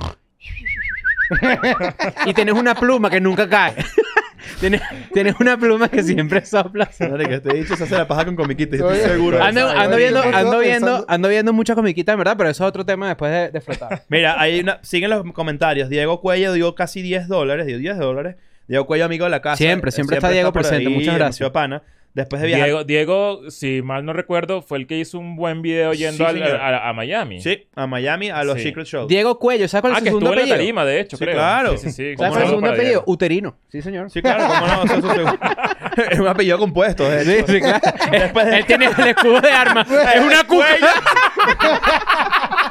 y tienes una pluma que nunca cae. <laughs> tienes, tienes una pluma que siempre sopla. así. Madre, que te he dicho, se hace la paja con comiquitas. Soy- Estoy seguro. de <laughs> Ando, esa vaina. ando Yo viendo, estaba ando, viendo, pensando- ando viendo muchas comiquitas, en verdad, pero eso es otro tema después de, <laughs> de flotar. Mira, hay una... Siguen los comentarios. Diego Cuello dio casi 10 dólares. Dio 10 dólares. Diego Cuello, amigo de la casa. Siempre, Eh, siempre está Diego por presente. ahí, Muchas gracias. demasiado pana. Después de viajar... Diego, Diego, si mal no recuerdo, fue el que hizo un buen video yendo Sí, al- señor. a, a Miami. Sí, a Miami, a los Sí. Secret Shows. Diego Cuello, ¿sabes cuál es Ah, su que segundo estuvo en la apellido? tarima, de hecho, Sí, creo. Sí, claro. sí, sí. ¿Sabes Como cuál es saludo su segundo para Diego. apellido? Uterino. Sí, señor. <laughs> Sí, claro, cómo no. Eso es, su segundo- <laughs> es un <laughs> apellido compuesto, pues, de hecho. Sí, claro. Él <laughs> tiene el escudo de armas. es una cuca.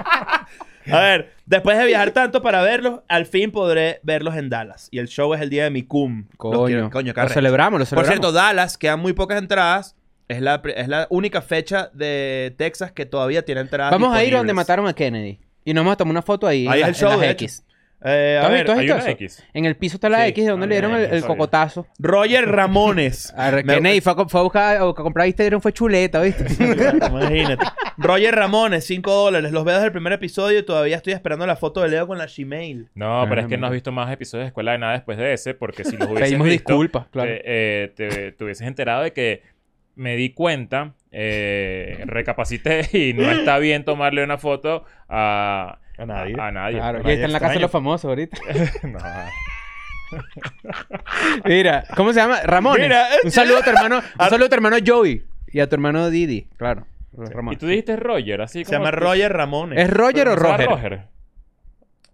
<laughs> A ver, después de viajar tanto para verlos, al fin podré verlos en Dallas. Y el show es el día de mi cum. Los quiero- Coño, coño, qué lo arrecho. celebramos, lo Por celebramos. cierto, Dallas, quedan muy pocas entradas. Es la, pri- es la única fecha de Texas que todavía tiene entradas. vamos a ir donde Ah, disponibles. mataron a Kennedy. Y nos vamos a tomar una foto ahí. en Ahí es la- el show, en las de hecho. X. Eh, a ¿Tú has ver, visto Hay esto? una X. En el piso está la Sí, X de donde ah, le dieron bien, el, bien, el sabía. cocotazo. Roger <laughs> Ramones. A ver, Me- Kennedy fue a, co- fue a buscar a comprar viste, dieron fue <laughs> chuleta, ¿viste? Imagínate. Roger Ramones, 5 dólares. Los veo desde el primer episodio y todavía estoy esperando la foto de Leo con la Gmail. No, Ah, pero es que mira. no has visto más episodios de Escuela de Nada después de ese, porque si los hubieses <laughs> Pedimos visto, disculpas, claro. te, eh, te- te hubieses enterado de que me di cuenta, eh, recapacité y no está bien tomarle una foto a, A nadie. A, a nadie. pues. Claro, A y nadie. está en la casa de los famosos ahorita. <laughs> <laughs> No. Mira, ¿cómo se llama? Ramones. Mira, eh, un saludo a tu hermano, <laughs> un saludo a tu hermano Joey y a tu hermano Didi, claro. Ramón. Y tú dijiste Roger, así Se como- llama Roger Ramones. ¿Es Roger Pero o no se llama Roger?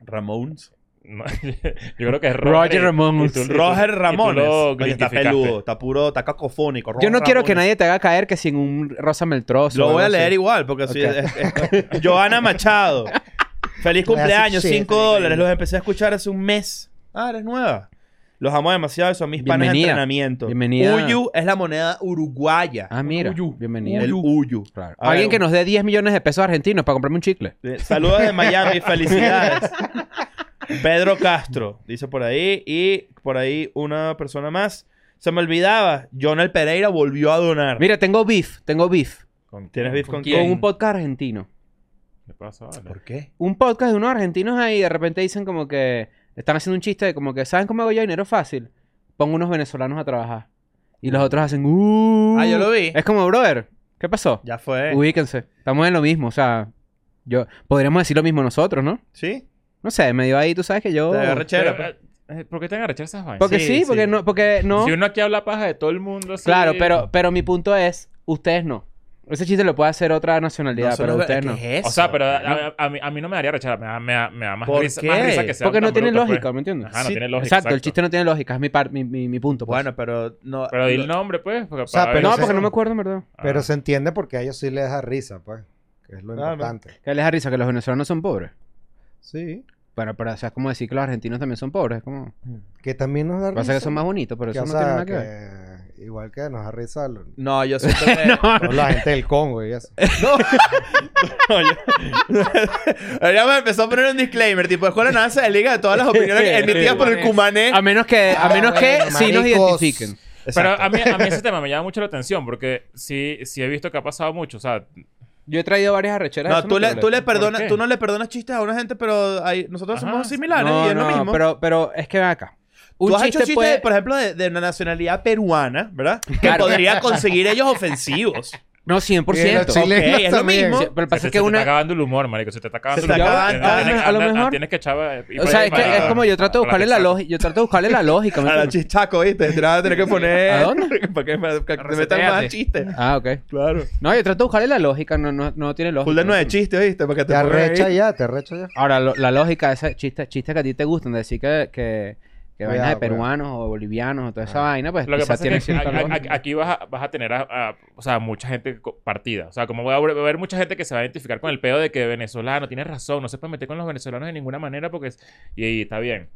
Ramones. No, <laughs> yo creo que es Roger. Roger y- Ramones. y tú- y tú- y Roger tú lo Ramones. Oye, está glorificaste. peludo, está puro, está cacofónico. Yo no Roger quiero que Ramones. nadie te haga caer que sin un rosa meltroso. Lo voy a leer igual, porque sí, Ok. es- es- es- Joana <laughs> Machado. Feliz Classic cumpleaños, shit. 5 dólares. Los empecé a escuchar hace un mes. Ah, eres nueva. Los amo demasiado, son mis panes de Bienvenida. entrenamiento. Bienvenida. Uyu es la moneda uruguaya. Ah, mira. Uyu. Bienvenida. El Uyu. Claro. A Alguien ver, que nos dé 10 millones de pesos argentinos para comprarme un chicle. Eh, Saludos de <laughs> Miami, felicidades. Pedro Castro, dice por ahí. Y por ahí una persona más. Se me olvidaba. Jonel Pereira volvió a donar. Mira, tengo beef, tengo beef. ¿Tienes beef con quién? Con un podcast argentino. ¿Qué pasa? Vale. ¿Por qué? Un podcast de unos argentinos ahí de repente dicen como que... Están haciendo un chiste de como que... ¿Saben cómo hago yo dinero fácil? Pongo unos venezolanos a trabajar. Y los otros hacen... "Uh". Ah, yo lo vi. Es como, brother, ¿qué pasó? Ya fue. Ubíquense. Estamos en lo mismo, o sea... Yo... Podríamos decir lo mismo nosotros, ¿no? ¿Sí? No sé, medio ahí tú sabes que yo... Te Pero, agarré chera, pues. eh, ¿Por qué te agarrachar esas vainas? Porque Sí, sí, porque sí. no... Porque no... Si uno aquí habla paja de todo el mundo, así- Claro, pero, pero mi punto es... Ustedes no. Ese chiste lo puede hacer otra nacionalidad, Nosotros- pero ustedes ¿qué no. es eso? O sea, pero a, pues. a- a mí, a mí no me daría rechazar, me da, me da- me da más, ¿Por risa, qué? más risa que sea pues. Porque no tiene lógica, pues. ¿me entiendes? Ajá, no Sí, tiene lógica. exacto, el chiste no tiene lógica, es mi, par- mi, mi, mi punto. pues. Bueno, pero no. Pero di el no. nombre, pues. porque O sea, para pero ver- no, ese- porque no me acuerdo, en verdad. <laughs> Ah. Pero se entiende porque a ellos sí les da risa, pues. Que es lo Claro. importante. Que les da risa que los venezolanos son pobres. Sí. Bueno, pero o sea, es como decir que los argentinos también son pobres. Es como... Que también nos da risa. Pasa que son más bonitos, pero Que, eso o no sea, tiene nada que ver. que- Igual que nos da risa lo- No, yo siento que. toda la gente del Congo y eso. No. No, <laughs> yo- Ahora me empezó a poner un disclaimer, tipo, escuela nada se liga de todas las opiniones emitidas por el cumané. A menos que, <laughs> a Ah, menos que bueno, sí nos maricos. identifiquen. Pero Exacto. a mí, a mí ese tema me llama mucho la atención porque sí, sí he visto que ha pasado mucho. O sea, Yo he traído varias arrecheras. No, eso tú es le, tú le problema. ¿Por perdonas, qué? tú no le perdonas chistes a una gente, pero hay- nosotros Ajá. somos similares No, y es lo no, mismo. Pero, pero es que ven acá. Un tú has hecho chiste chistes, puede... por ejemplo, de, de una nacionalidad peruana, ¿verdad? Que Claro. podría conseguir ellos ofensivos. No, 100%. Y los sí, chilenos Ok, es lo también. mismo. Sí, pero se, pasa te- que se te una... está acabando el humor, marico. Se te está acabando Se el está humor. acabando, Tienes- a lo anda- mejor. Tienes que echar... eh, y O para- sea, es para- que es como yo trato para de buscarle la pensar. lógica. Yo trato de <laughs> buscarle la lógica. ¿me A la entiendes? chistaco, ¿viste? Te la vas a tener que poner. ¿A dónde? <laughs> Para que, para que te metan Reseteate. más chistes. Ah, ok. Claro. No, yo trato de buscarle la lógica, no, no, no tiene lógica. Full de nueve chistes, ¿viste? Para que te Te pongan ahí. arrecha ya, te arrecha ya. Ahora, lo- la lógica de ese chiste, chistes que a ti te gustan, de decir que, que, que Cuidado, vainas de cuidado. peruanos o bolivianos o toda esa vaina, pues Lo que quizás pasa tienen es que a- cierta a- lógica. aquí vas a, vas a tener a, a- o sea, mucha gente co- partida. O sea, como voy a ver- va a haber mucha gente que se va a identificar con el pedo de que venezolano tiene razón, no se puede meter con los venezolanos de ninguna manera porque... es- Y, y está bien.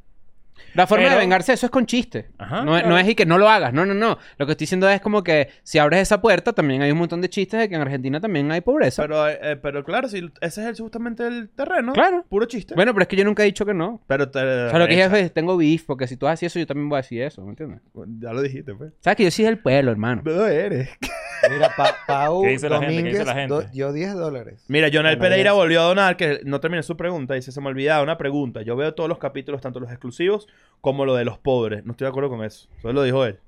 La forma pero- de vengarse de eso es con chistes. Ajá, no, es- claro. no es y que no lo hagas, no, no, no. Lo que estoy diciendo es como que si abres esa puerta, también hay un montón de chistes de que en Argentina también hay pobreza. Pero, eh, pero claro, si ese es el- justamente el terreno. claro. Puro chiste. Bueno, pero es que yo nunca he dicho que no. pero te. O sea, lo que dije es, tengo beef, porque si tú haces eso, yo también voy a decir eso, ¿me entiendes? Ya lo dijiste, pues. Sabes que yo soy del pueblo, hermano. No eres. Mira, Pa- Pau ¿Qué dice la gente? ¿Qué Domínguez, dice la gente? do- yo 10 dólares. <laughs> Mira, Jonel Bueno, Pereira bien. volvió a donar, que no terminé su pregunta. Dice: Se me olvidaba una pregunta. Yo veo todos los capítulos, tanto los exclusivos como lo de los pobres. No estoy de acuerdo con eso. Eso lo dijo él.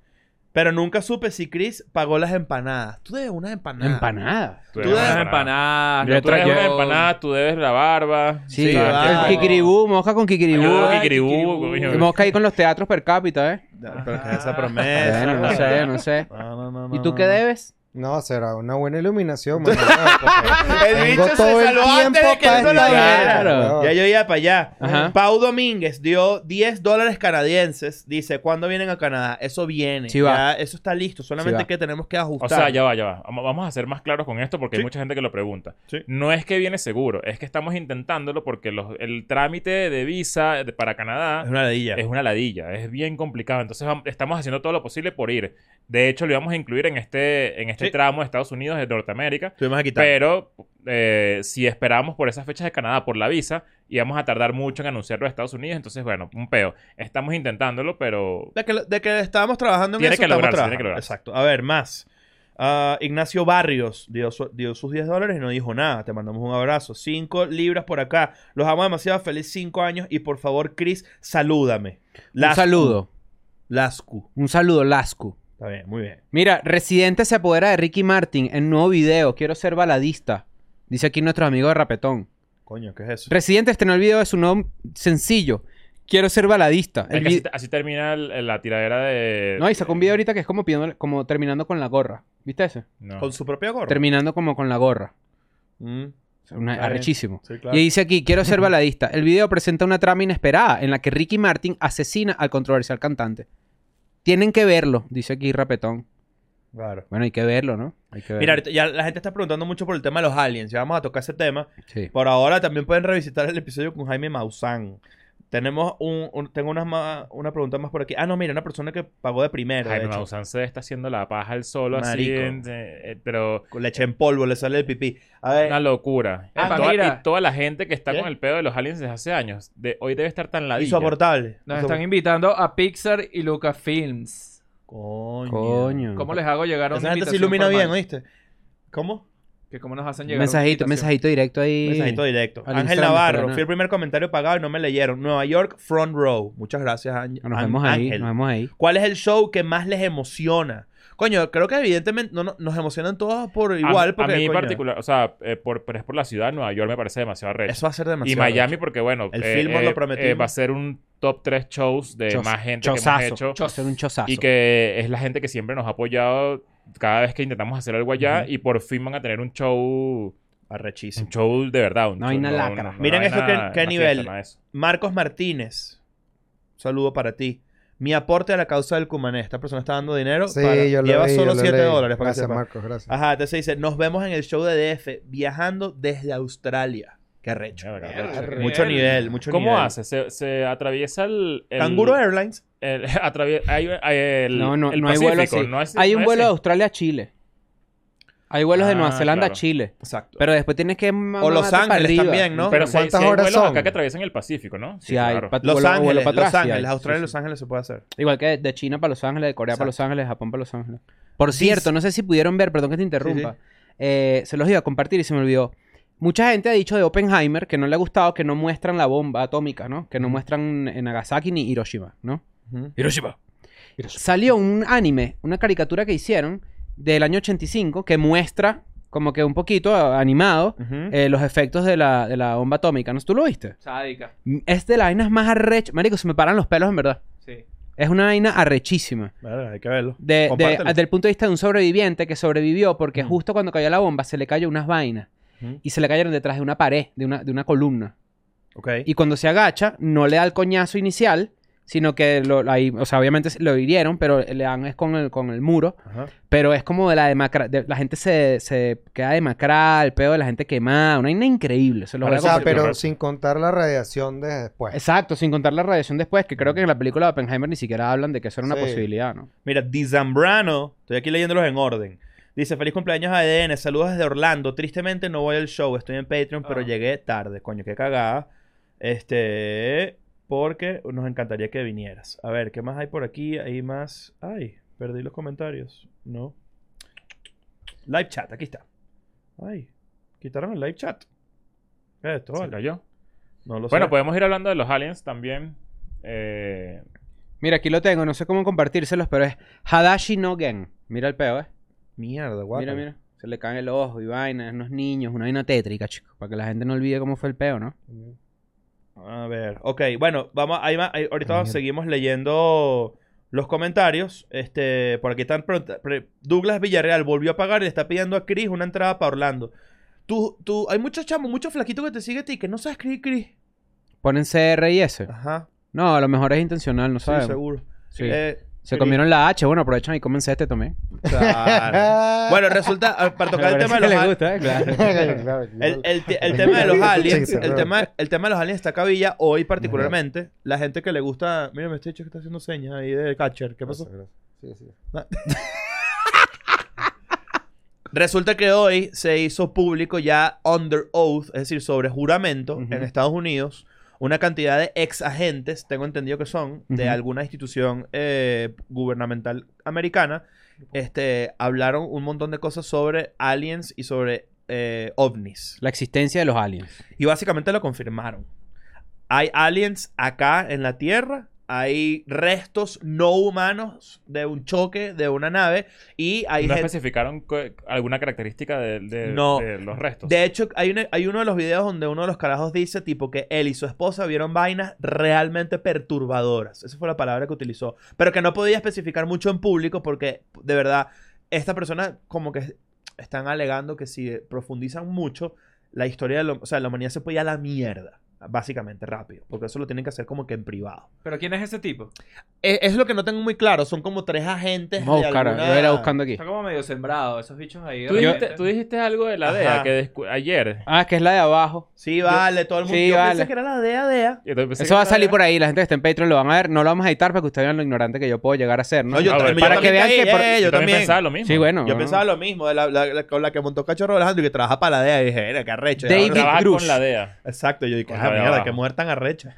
Pero nunca supe si Chris pagó las empanadas. Tú debes unas empanadas. Empanada. Tú Tú debes debes una empanada. empanadas. Yo Ah, Tú debes Yo- una empanada, tú debes la barba. Sí, Sí, claro. claro. Kikiribú, mosca con Yo kikiribú. creo que Ay, Kiribú, Kiribú. coño. Y Mosca ahí con los teatros per cápita, ¿eh? Ya, Pero que esa Bueno, promesa. no sé, no sé. No, no, no, no, ¿Y tú no, qué no. debes? No, será una buena <laughs> iluminación, mano, porque El tengo bicho se todo el salvó antes tiempo de que pa' tú lo estudiar, dijeras. weón. Ya yo iba para allá. Ajá. Pau Domínguez dio 10 dólares canadienses. Dice, ¿cuándo vienen a Canadá? Eso viene. Sí va. Ya, eso está listo. Sí Solamente va. que tenemos que O ajustar. sea, ya va, ya va. Vamos vamos a ser más claros con esto porque hay Sí. mucha gente que lo pregunta. Sí. No es que viene seguro, es que estamos intentándolo porque los- el trámite de visa de- para Canadá Es una ladilla. es una ladilla, es bien complicado. Entonces vam- estamos haciendo todo lo posible por ir. De hecho, lo íbamos a incluir en este, en este Sí. tramo de Estados Unidos, de Norteamérica. Tuvimos que quitar. Pero eh, si esperamos por esas fechas de Canadá, por la visa, íbamos a tardar mucho en anunciarlo a Estados Unidos. Entonces, bueno, un peo. Estamos intentándolo, pero... De que, de que estábamos trabajando en Tiene eso, que estamos lograrse, trabajando. tiene que lograrse. Exacto. A ver, más. Ah, Ignacio Barrios dio, su- dio sus 10 dólares y no dijo nada. Te mandamos un abrazo. 5 libras por acá. Los amo demasiado. Feliz 5 años. Y por favor, Chris, salúdame. Un Lascu. saludo. Lascu. Un saludo, Lascu. Está bien, muy bien. Mira, Residente se apodera de Ricky Martin en nuevo video. Quiero ser baladista. Dice aquí nuestro amigo de Rapetón. Coño, ¿qué es eso? Residente estrenó el video de su nuevo sencillo. Quiero ser baladista. El es que vi- así, así termina el- la tiradera de... No, y sacó un video ahorita que es como, pidiéndole- como terminando con la gorra. ¿Viste ese? No. Con su propia gorra. Terminando como con la gorra. Mm, O sea, una- Está bien. arrechísimo. sí, claro. Y dice aquí, quiero ser baladista. El video presenta una trama inesperada en la que Ricky Martin asesina al controversial cantante. Tienen que verlo, dice aquí Rapetón. Claro. Bueno, hay que verlo, ¿no? Hay que verlo. Mira, ahorita ya la gente está preguntando mucho por el tema de los aliens. Ya vamos a tocar ese tema. Sí. Por ahora también pueden revisitar el episodio con Jaime Maussan. Tenemos un, un- tengo unas más- una pregunta más por aquí. Ah, no, mira, una persona que pagó de primero. de Jaime hecho. Maussan se está haciendo la paja al solo Marico. así, en- eh, eh, pero Con Leche en polvo, le sale el pipí. A ver, una locura. Ah, y, toda, mira. y toda la gente que está Eh, ¿Qué? con el pedo de los aliens desde hace años, de, hoy debe estar tan ladilla. insoportable. Insopor- Nos están invitando a Pixar y Lucasfilms. Coño. Coño. Mm. ¿Cómo les hago llegar a una Esa gente se invitación ilumina formal? bien, ¿oíste? ¿Cómo? Que cómo nos hacen llegar una Mensajito, invitación. mensajito directo ahí. Mensajito directo. al Ángel Instagram, Navarro, Instagram. fui el primer comentario pagado y no me leyeron. Nueva York, front row. Muchas gracias, Ángel. Nos vemos ahí, nos vemos ahí. ¿Cuál es el show que más les emociona? Coño, creo que evidentemente no, no- nos emocionan todos por A- igual. porque, a mí en coño, particular, o sea, eh, por, pero es por la ciudad, Nueva York me parece demasiado arrecho. Eso va a ser demasiado. Y Miami, porque bueno, eh, El Fillmore lo prometimos. va a ser un top 3 shows de Chos- Eh, más gente que hemos chozazo. hecho. Va a ser un chozazo. Y que es la gente que siempre nos ha apoyado cada vez que intentamos hacer algo allá. Y por fin van a tener un show. Arrechísimo. Un show de verdad. un Una show- vaina lacra. Miren una esto que- vaina- qué una nivel. fiesta, nada de eso. Marcos Martínez. Un saludo para ti. Mi aporte a la causa del Cumané. Esta persona está dando dinero. Sí, para- yo lo Lleva leí, solo yo lo 7 leí. dólares para que Gracias, sepa. Marcos, gracias. Ajá, entonces dice, nos vemos en el show de DF viajando desde Australia. Qué arrecho. Mierda, qué Mierda, arrecho. qué Mucho nivel, mucho ¿Cómo nivel. hace? Se, se atraviesa el. el Canguro Airlines. el- <laughs> atravie- hay- hay el, No, no, el no hay vuelo Pacífico, así. no es- Hay no un es vuelo de ese. Australia a Chile. Hay vuelos de Ah, Nueva Zelanda claro. a Chile. Exacto. Pero después tienes que o Los Ángeles también, ¿no? Pero si hay, ¿Cuántas si hay horas vuelos son? acá que atraviesan el Pacífico, ¿no? Sí, hay claro. pa- Los vuelo- vuelo Ángeles, para Los atrás, sí Ángeles, hay, Australia sí, y Los Ángeles se puede hacer. Igual que de China para Los Ángeles, de Corea para Los Ángeles, de Japón para Los Ángeles. Por Dice- cierto, no sé si pudieron ver, perdón que te interrumpa. Eh, se los iba a compartir y se me olvidó. Mucha gente ha dicho de Oppenheimer que no le ha gustado que no muestran la bomba atómica, ¿no? Que no muestran en Nagasaki ni Hiroshima, ¿no? Ujú. Hiroshima. Salió un anime, una caricatura que hicieron del año 85 que muestra como que un poquito ah, animado Ujú. eh, los efectos de la, de la bomba atómica. ¿No? ¿Tú lo viste? Sádica, Es de las vainas más arrechas. Marico, se me paran los pelos en verdad. sí. Es una vaina arrechísima. Vale, hay que verlo. De, de, Compártelo. desde el punto de vista de un sobreviviente que sobrevivió porque Mm. justo cuando cayó la bomba se le cayó unas vainas Ujú. y se le cayeron detrás de una pared, de una, de una columna. Ok. Y cuando se agacha, no le da el coñazo inicial, sino que lo, ahí, o sea, obviamente lo hirieron, pero le dan es con el, con el muro. Ajá. Pero es como de la demacra, de- la gente se, se queda demacrada, el pedo de la gente quemada, una vaina increíble. Se lo voy a O sea, compartir, pero Marcos. sin contar la radiación de después. Exacto, sin contar la radiación después, que creo que en la película de Oppenheimer ni siquiera hablan de que eso era una Sí. posibilidad, ¿no? Mira, Di Zambrano, estoy aquí leyéndolos en orden. Dice, feliz cumpleaños a ADN, saludos desde Orlando. Tristemente no voy al show, estoy en Patreon, pero Ah. llegué tarde. Coño, qué cagada. Este, porque nos encantaría que vinieras. A ver, ¿qué más hay por aquí? Hay más... Ay, perdí los comentarios. No. Live chat, aquí está. Ay, quitaron el live chat. ¿Qué es esto? Se vale? cayó. No Bueno, lo pues, sé. podemos ir hablando de los aliens también. Eh, Mira, aquí lo tengo, no sé cómo compartírselos, pero es Hadashi no Gen. Mira el peo, ¿eh? Mierda, guapo. <laughs> Mira, mira. Se le caen el ojo y vainas, unos niños, una vaina tétrica, chico. Para que la gente no olvide cómo fue el peo, ¿no? A ver, ok, bueno, vamos, ahí va- ahí- ahorita Ah, vamos- mierda. seguimos leyendo los comentarios. Este, por aquí están pregunta- pre- Douglas Villarreal volvió a pagar y le está pidiendo a Chris una entrada para Orlando. Tú, tú, hay muchos chamos, muchos flaquitos que te siguen a ti que no sabes escribir Chris. Ponen CR y S. Ajá, No, a lo mejor es intencional, no sí, sabemos. seguro. Sí. Eh, Se Chris, comieron la H, bueno, aprovechan y comen este también. claro. bueno, resulta, a- para tocar el Me tema de parece los que al- les gusta, ¿eh? <laughs> Claro. <laughs> Claro, el, yo- el te- el tema de los aliens, Sí, el tema, el tema de los aliens está cabilla hoy particularmente. La gente que le gusta, mira, me estoy hecho que está haciendo señas ahí de catcher, ¿qué pasó? Gracias, gracias. Sí, sí. Resulta que hoy se hizo público ya under oath, es decir, sobre juramento Ujú. en Estados Unidos, una cantidad de ex agentes, tengo entendido que son, de Ujú. alguna institución eh, gubernamental americana, este, hablaron un montón de cosas sobre aliens y sobre eh, ovnis. La existencia de los aliens. Y básicamente lo confirmaron. Hay aliens acá en la Tierra, hay restos no humanos de un choque de una nave y hay no gente... especificaron cu- alguna característica de, de- No. de los restos. De hecho, hay, una- hay uno de los videos donde uno de los carajos dice, tipo, que él y su esposa vieron vainas realmente perturbadoras. Esa fue la palabra que utilizó. Pero que no podía especificar mucho en público porque, de verdad, esta persona como que están alegando que si profundizan mucho, la historia de la- o sea, la humanidad se puede ir a la mierda, básicamente, rápido. Porque eso lo tienen que hacer como que en privado. ¿Pero quién es ese tipo? Es, es lo que no tengo muy claro. Son como tres agentes Vamos a de buscar, alguna- yo era buscando aquí. Está como medio sembrado, esos bichos ahí. de ¿Tú, dijiste, repente. tú dijiste algo de la Ajá. DEA que descu- ayer. Ah, que es la de abajo. Sí, vale, todo el mundo. Sí, Yo vale. pensé que era la DEA, DEA. Eso va a salir por ahí, la gente que está en Patreon lo van a ver. No lo vamos a editar para que ustedes vean lo ignorante que yo puedo llegar a ser, ¿no? No, yo Ah, ta- bueno. yo Para también que vean caí, que por- eh, yo también. pensaba lo mismo. Sí, Ah, bueno. Yo ¿no? pensaba lo mismo, de la, la- la- con la que montó Cachorro Alejandro y que trabaja para la DEA. Y dije, mira, qué arrecho. David- Ahora- Trabaja Cruz. con la DEA. Exacto, yo dije, Con ah, la de mierda, abajo. <laughs> qué mujer tan arrecha.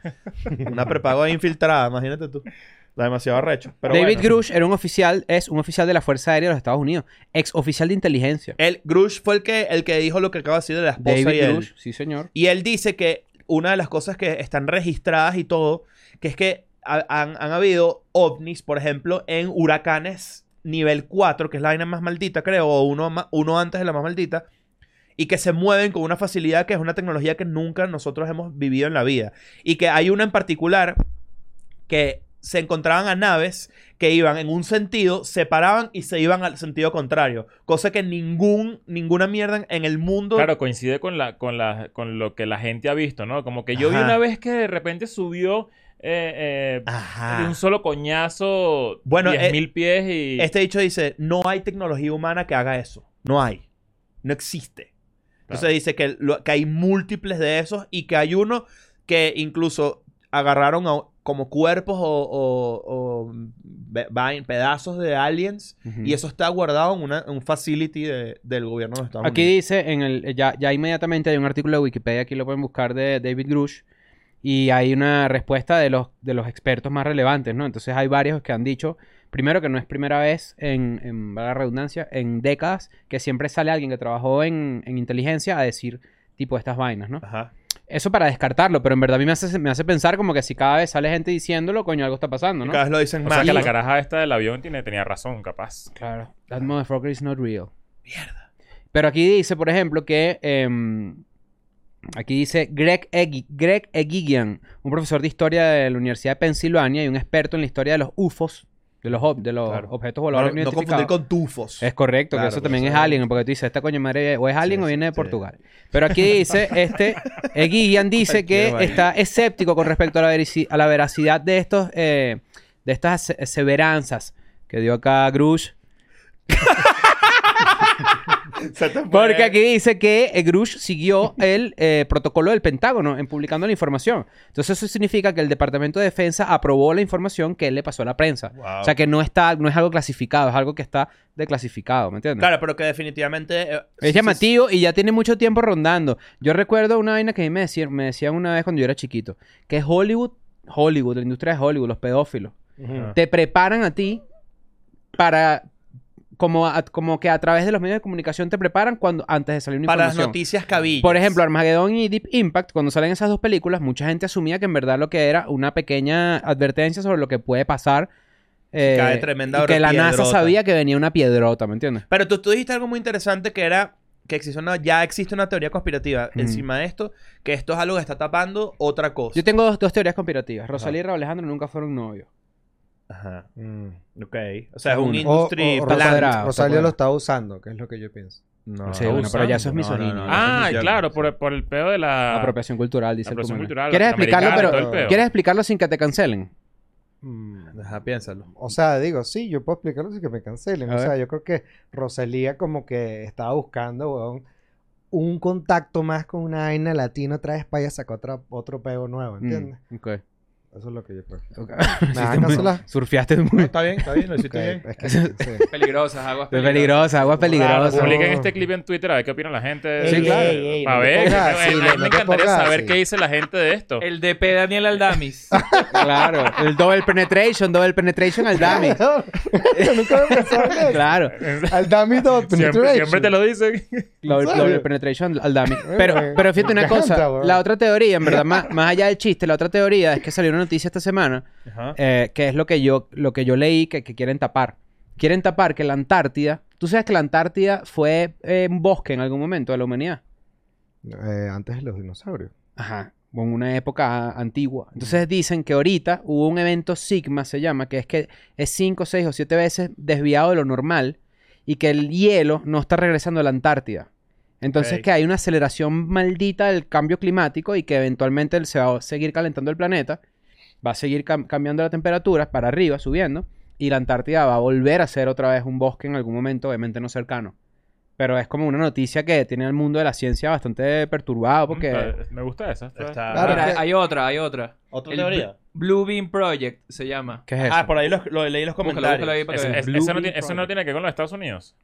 Una prepago ahí infiltrada, imagínate tú. Está demasiado arrecho. Pero David bueno. Grush era un oficial, es un oficial de la Fuerza Aérea de los Estados Unidos, ex oficial de inteligencia. El Grush fue el que, el que dijo lo que acaba de decir de la esposa y David él. Grush, sí señor. Y él dice que una de las cosas que están registradas y todo, que es que ha- han, han habido ovnis, por ejemplo, en huracanes nivel 4, que es la vaina más maldita, creo, o uno, ma- uno antes de la más maldita, y que se mueven con una facilidad que es una tecnología que nunca nosotros hemos vivido en la vida. Y que hay una en particular que se encontraban a naves que iban en un sentido, se paraban y se iban al sentido contrario. Cosa que ningún, ninguna mierda en el mundo Claro, coincide con, la, con, la, con lo que la gente ha visto, ¿no? Como que yo vi Ajá. una vez que de repente subió eh, eh, Ajá. de un solo coñazo Bueno, 10.000 pies y... Este dicho dice, no hay tecnología humana que haga eso. No hay. No existe. Entonces Claro. dice que, lo- que hay múltiples de esos y que hay uno que incluso agarraron a- como cuerpos o, o- o ve- vain- pedazos de aliens Ujú. y eso está guardado en, una, en un facility de- del gobierno de los Estados Aquí Unidos. dice, en el, eh, ya, ya inmediatamente hay un artículo de Wikipedia, aquí lo pueden buscar de David Grush, y hay una respuesta de los, de los expertos más relevantes, ¿no? Entonces hay varios que han dicho, primero que no es primera vez en, en valga la redundancia, en décadas, que siempre sale alguien que trabajó en, en inteligencia a decir tipo estas vainas, ¿no? Ajá. Eso para descartarlo, pero en verdad a mí me hace, me hace pensar como que si cada vez sale gente diciéndolo, coño, algo está pasando, Y ¿no? Cada vez lo dicen O más. sea, que la ¿no? caraja esta del avión tiene, tenía razón, capaz. Claro. That motherfucker is not real. Mierda. Pero aquí dice, por ejemplo, que. em, aquí dice Greg, Egi- Greg Egigian, un profesor de historia de la Universidad de Pensilvania y un experto en la historia de los UFOs, de los, ob- de los Claro. No, objetos voladores. no no confundir identificados. con tufos. Es correcto, Claro, que eso pero también eso es es- alien, porque tú dices, esta coño madre o es alien Sí, o sí, viene de sí. Portugal. Pero <laughs> aquí dice, este, eh, Guillian dice que Cualquier vaina. está escéptico con respecto a la, verici- a la veracidad de estos, eh, de estas ase- aseveranzas que dio acá Grush. Se te fue. Porque aquí dice que eh, Grush siguió el eh, protocolo del Pentágono en publicando la información. Entonces eso significa que el Departamento de Defensa aprobó la información que él le pasó a la prensa. Wow. O sea que no está, no es algo clasificado, es algo que está declasificado, ¿me entiendes? Claro, pero que definitivamente... eh, sí, Es sí, llamativo y ya tiene mucho tiempo rondando. Yo recuerdo una vaina que a mí me decían, me decían una vez cuando yo era chiquito, que Hollywood, Hollywood, la industria de Hollywood, los pedófilos, Ujú. te preparan a ti para como, a- como que a través de los medios de comunicación te preparan cuando antes de salir una Para las información. noticias cabillas. Por ejemplo, Armageddon y Deep Impact, cuando salen esas dos películas, mucha gente asumía que en verdad lo que era una pequeña advertencia sobre lo que puede pasar. eh, cae tremenda y que la NASA piedrota. sabía que venía una piedrota, ¿me entiendes? Pero tú, tú dijiste algo muy interesante que era que existe una- ya existe una teoría conspirativa Mm. encima de esto, que esto es algo que está tapando otra cosa. Yo tengo dos, dos teorías conspirativas. Rosalía y Raúl Alejandro nunca fueron novios. Ajá. Mm. Ok. O sea, es un Una. O- o Rosa- industry plan. Rosalía, Cuadrado, cuadrado. lo está usando, que es lo que yo pienso. No, Sí, bueno, pero ya eso es misoginia. ah, claro, por, por el pedo de la... <laughs> apropiación cultural, dice Ah. el apropiación Pumana. cultural ¿Quieres latinoamericana explicarlo, y pero, todo el pedo? ¿Quieres explicarlo sin que te cancelen? Mm. Ajá, piénsalo. O sea, digo, sí, yo puedo explicarlo sin que me cancelen. A O ver. sea, yo creo que Rosalía como que estaba buscando, weón, un contacto más con una vaina latina otra vez para ella sacó otra, otro pego nuevo, ¿entiendes? Mm, ok. Eso es lo que yo creo. Ok. <laughs> Nada, Hiciste muy- cancela. Surfeaste No, muy... está bien, está Pues bien, lo hiciste Ok, bien. es que sí, sí. Peligrosas, aguas Es peligrosas. peligrosa, agua peligrosa. Claro. Publiquen este clip en Twitter a ver qué opina la gente. Ey, Sí, claro. ey, ey, A no te ver, pongas a- a- así, a- no <laughs> me te encantaría pongas saber así. qué dice la gente de esto. El DP <laughs> Daniel Aldamis. Claro. El double penetration, double penetration <laughs> al dummy. Yo nunca me pensé en eso. Claro. Al dummy dot Siempre, penetration. siempre te lo dicen. Double, serio? double penetration <laughs> al dummy. Bueno, Pero, me- pero fíjate me una encanta, cosa. weón. La otra teoría, <laughs> en verdad, más, más allá del chiste, la otra teoría es que salió una noticia esta semana Ajá. eh, que es lo que yo, lo que yo leí que, que quieren tapar. Quieren tapar que la Antártida... Tú sabes que la Antártida fue eh, un bosque en algún momento de la humanidad. Eh, antes de los dinosaurios. Ajá, en una época antigua. Entonces dicen que ahorita hubo un evento Sigma, se llama, que es que es 5, 6 o 7 veces desviado de lo normal y que el hielo no está regresando a la Antártida. Entonces Ok. que hay una aceleración maldita del cambio climático y que eventualmente se va a seguir calentando el planeta, va a seguir cam- cambiando la temperatura para arriba, subiendo, y la Antártida va a volver a ser otra vez un bosque en algún momento, obviamente no cercano. Pero es como una noticia que tiene el mundo de la ciencia bastante perturbado porque... Está- Me gusta esa. está- Está- Claro, Mira, que- hay otra, hay otra. ¿Otra El teoría? Blue Beam Project se llama. ¿Qué es eso? Ah, por ahí los- lo, leí los Búscalo, comentarios. búscalo ahí para que Ese- veas. es- Blue ese no Bean tiene- eso no Project. tiene que ver con los Estados Unidos.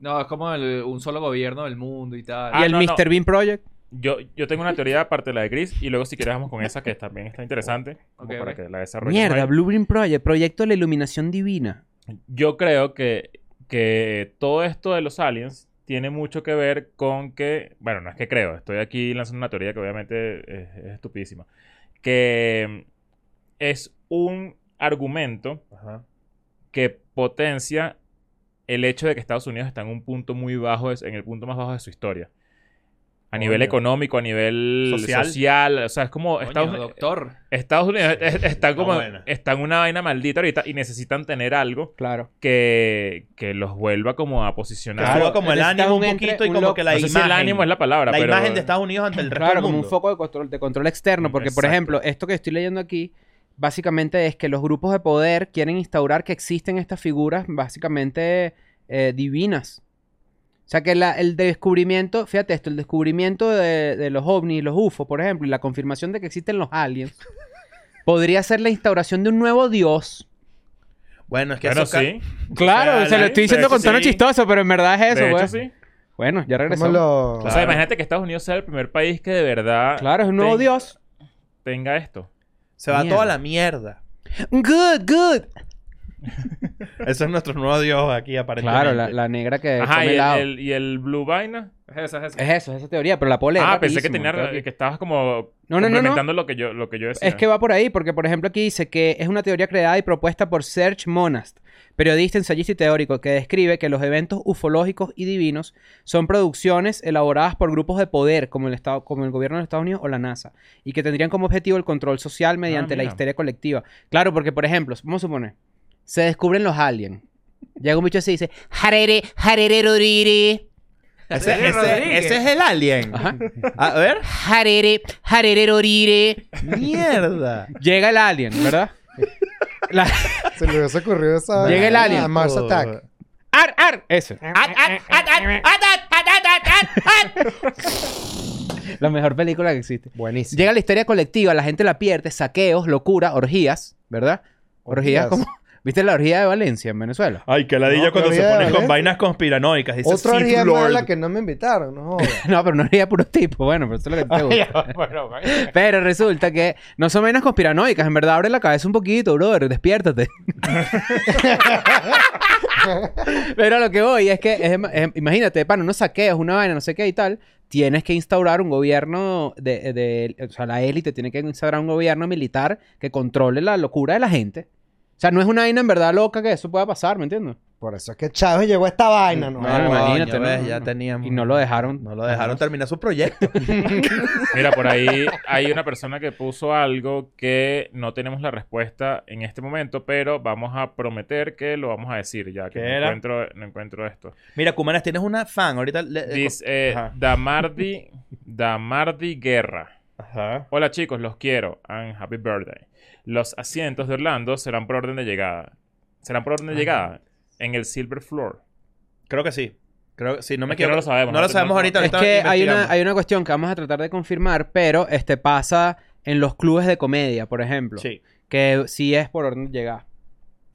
No, es como el- un solo gobierno del mundo y tal. ¿Y Ah, el no, no. Mr. Bean Project? Yo, yo tengo una teoría aparte de la de Chris y luego si quieres vamos con esa que también está interesante como Ok, para ok. que la desarrollemos. Mierda, ahí. Blueprint Project, proyecto de la iluminación divina. Yo creo que, que todo esto de los aliens tiene mucho que ver con que, bueno, no es que creo, estoy aquí lanzando una teoría que obviamente es, es estupidísima, que mm, es un argumento Ajá. que potencia el hecho de que Estados Unidos está en un punto muy bajo, de- en el punto más bajo de su historia. A Coño. nivel económico, a nivel Social. social. o sea, es como Coño, Estados, doctor. Estados Unidos es- es- están está como buena. están una vaina maldita ahorita y necesitan tener algo Claro. que, que los vuelva como a Que posicionar. Claro, suba como el necesitas ánimo un un entre- poquito y un como loco. que la no sé imagen. si el ánimo es la palabra, la pero... imagen de Estados Unidos ante el resto Claro, del como un mundo. foco de control, de control externo. Porque, por Exacto. ejemplo, esto que estoy leyendo aquí, básicamente es que los grupos de poder quieren instaurar que existen estas figuras básicamente eh, divinas. O sea que la- el descubrimiento, fíjate esto, el descubrimiento de, de los ovnis, los UFO, por ejemplo, y la confirmación de que existen los aliens, podría ser la instauración de un nuevo dios. Bueno, es que Bueno, eso ca- sí. Claro, O sea, se lo la- estoy de diciendo hecho, con tono sí. chistoso, pero en verdad es eso, pues. de güey. hecho, sí. Bueno, ya ¿Cómo regresamos. lo...? O sea, imagínate que Estados Unidos sea el primer país que de verdad Claro, es un nuevo Ten- dios. tenga esto. se va Mierda. toda la mierda. Good, good. Ese es nuestro nuevo dios aquí, aparentemente. Claro, la, la negra que Ajá, come y el, helado. el- y el Blue Vaina. Es eso, es eso. Es eso, es esa teoría, pero la pole es ah, pensé que, rapidísimo, tenía, creo que- que estabas como No, no, no, no. complementando Lo, que yo, lo que yo decía. Es <laughs> que va por ahí, porque por ejemplo aquí dice que es una teoría creada y propuesta por Serge Monast, periodista, ensayista y teórico, que describe que los eventos ufológicos y divinos son producciones elaboradas por grupos de poder como el, Estado, como el gobierno de Estados Unidos o la NASA, y que tendrían como objetivo el control social mediante la mira. histeria colectiva. Claro, porque por ejemplo, vamos a suponer, se descubren los aliens. Llega un bicho así y dice, Harere, Harere, Rodríguez. Ese, ese- Rodríguez. ese es el alien. Ajá. A ver. Harere, Harere, Rodríguez. Mierda. Llega el alien, ¿verdad? La- Se le hubiese ocurrido esa... Llega el alien. Ah, Mars Attack. ¡Ar, ar! Eso. La mejor película que existe. Buenísimo. Llega la historia colectiva, la gente la pierde, saqueos, locura, orgías, ¿verdad? Orgías. Orgías como... ¿Viste la orgía de Valencia en Venezuela? Ay, que ladilla No, cuando se todavía, ponen con ¿ves? vainas conspiranoicas. Dice Otra Sith orgía más a Lord. la que no me invitaron, no jodas. No, pero no orgía de puro tipo. Bueno, pero eso es lo que te <laughs> gusta. Pero resulta que no son menos conspiranoicas. En verdad, abre la cabeza un poquito, brother. Despiértate. <laughs> Pero a lo que voy es que, es- es- imagínate, para unos saqueos, una vaina, no sé qué y tal, tienes que instaurar un gobierno de, de- O sea, la élite tiene que instaurar un gobierno militar que controle la locura de la gente. O sea, no es una vaina en verdad loca que eso pueda pasar, ¿me entiendes? Por eso es que Chávez llegó a esta vaina, ¿no? No, no, jodas. imagínate, coño, ves, no, ya no. teníamos. Y no lo dejaron. No lo dejaron terminar su proyecto. Mira, por ahí hay una persona que puso algo que no tenemos la respuesta en este momento, pero vamos a prometer que lo vamos a decir ya que ¿Qué no era? encuentro, no encuentro esto. Mira, Cumanas, tienes una fan. Ahorita le- Dice eh, <laughs> Ajá. Damardi, Damardi Guerra. Ajá. Hola chicos, los quiero and happy birthday. Los asientos de Orlando serán por orden de llegada. Serán por orden de Ajá. llegada en el Silver Floor. Creo que sí. Creo que sí. No me Es que no equivoco. lo sabemos, No no lo te- sabemos no- ahorita. Es ahorita que hay una, investigamos. hay una cuestión que vamos a tratar de confirmar, pero este pasa en los clubes de comedia, por ejemplo. Sí. Que sí es por orden de llegar.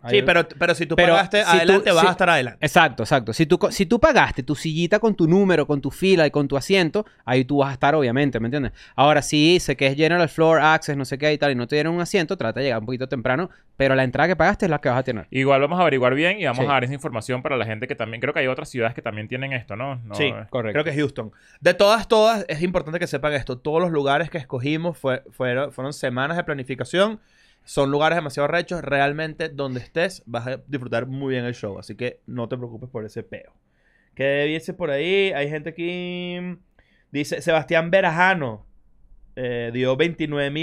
Sí, Ahí- pero, pero si tú Pero pagaste si tú- adelante, vas si- a estar adelante. Exacto, exacto. Si tú, co- si tú pagaste tu sillita con tu número, con tu fila y con tu asiento, ahí tú vas a estar, obviamente, ¿me entiendes? Ahora, si dice que es General Floor Access, no sé qué y tal, y no te dieron un asiento, trata de llegar un poquito temprano, pero la entrada que pagaste es la que vas a tener. Igual vamos a averiguar bien y vamos Sí. a dar esa información para la gente que también creo que hay otras ciudades que también tienen esto, ¿no? No, Sí. eh. Correcto. Creo que es Houston. De todas, todas, es importante que sepan esto. Todos los lugares que escogimos fue- fueron, fueron semanas de planificación. Son lugares demasiado rechos. Realmente, donde estés, vas a disfrutar muy bien el show. Así que no te preocupes por ese peo. Que dice por ahí? Hay gente aquí. mm, Dice Sebastián Verajano. eh, dio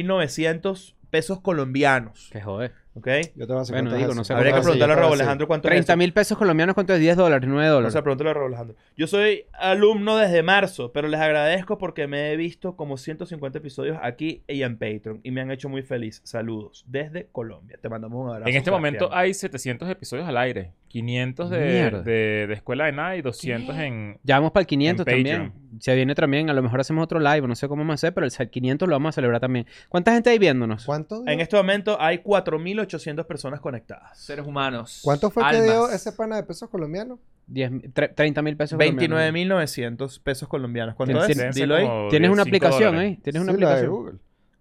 29.900 pesos colombianos. Que joder. ¿Ok? Yo te voy a decir Bueno, cuánto es digo, eso. no sé Habría que Yo cuánto te voy preguntarle a Robo decir. Alejandro cuánto es 30 eso. mil pesos colombianos, ¿cuánto es 10 dólares? 9 O dólares. sea, pregúntale a Raúl Alejandro. Yo soy alumno desde marzo, pero les agradezco porque me he visto como 150 episodios aquí y en Patreon y me han hecho muy feliz. Saludos desde Colombia. Te mandamos un abrazo. En este momento Sebastián. hay 700 episodios al aire, 500 de, Mierda. de, de Escuela de Nada y 200 en, ya vamos para el en 500 también. Patreon. se viene también, a lo mejor hacemos otro live, no sé cómo vamos a hacer, pero el SAT 500 lo vamos a celebrar también. ¿Cuánta gente hay viéndonos? ¿Cuánto, En dio- este momento hay 4.800 personas conectadas. Seres humanos. ¿Cuánto fue que almas. dio ese <laughs> pana de pesos colombianos? 10, tre- 30 mil pesos. colombianos. 29.900 pesos colombianos. ¿Cuánto Tienes- es? Dilo ahí. Tienes una aplicación ahí. Tienes una Sí, la de aplicación. Google.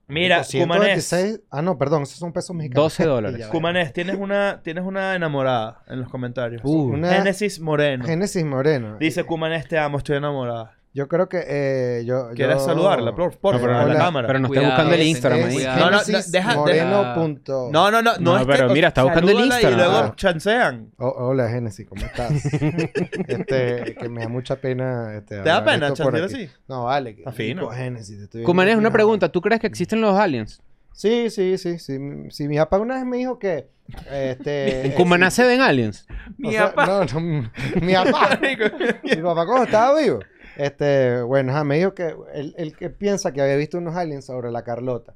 Mira, 126 Ah, no, perdón, esos son pesos mexicanos. 12 dólares. Y ya va. Cumanés, tienes una, tienes una enamorada en los comentarios. Uh, Una Génesis Moreno. Génesis Moreno. Dice Cumanés, te amo, estoy enamorada. Yo creo que eh, yo... ¿Quieres yo- saludarla, por por No, favor, pero a no la la- cámara? pero no está Cuidado, buscando el es- Instagram ¿eh? Es ahí. Cuidado. No, no, Génesis deja- deja- Moreno Ah. punto- No, no, no, no No, es pero que- mira, está buscando el salúdala Instagram. Y luego Claro. chancean. O- hola, Génesis, ¿cómo <laughs> estás? este, que me da mucha pena... Este, ¿Te da hablar pena esto por chancear aquí. así? No, vale. que- Está fino. Génesis, te estoy Cumanes, una No. pregunta. ¿Tú crees que existen los aliens? Sí, sí, sí, sí. m- sí, mi papá una vez me dijo que... Este, <laughs> ¿En Cumaná se ven aliens? o Mi sea, apa- No, no, m- mi papá. mi papá cuando estaba vivo. Este, bueno, ajá, me dijo que él, él que piensa que había visto unos aliens sobre la Carlota.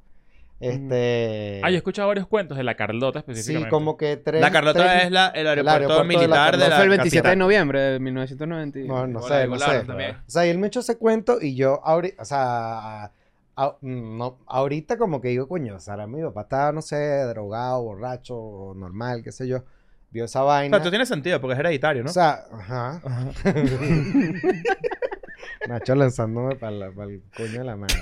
¿eh? Este... Ah, yo he escuchado varios cuentos de la Carlota Sí, específicamente. como que tres... La Carlota tres- es la, el aeropuerto, aeropuerto de la militar de Carlota. la, Fue el 27 de capital. noviembre de 1990. No, no Hola, sé, y no volaron sé. también. O sea, y él me echó ese cuento y yo, ahori- o sea, a- mm, no, ahorita como que digo, coño, o sea, mi papá estaba, no sé, drogado, borracho, o normal, qué sé yo, vio esa O vaina. sea, tú tienes sentido porque es hereditario, ¿no? O sea, ajá. <laughs> Nacho lanzándome para el coño de la <laughs> madre.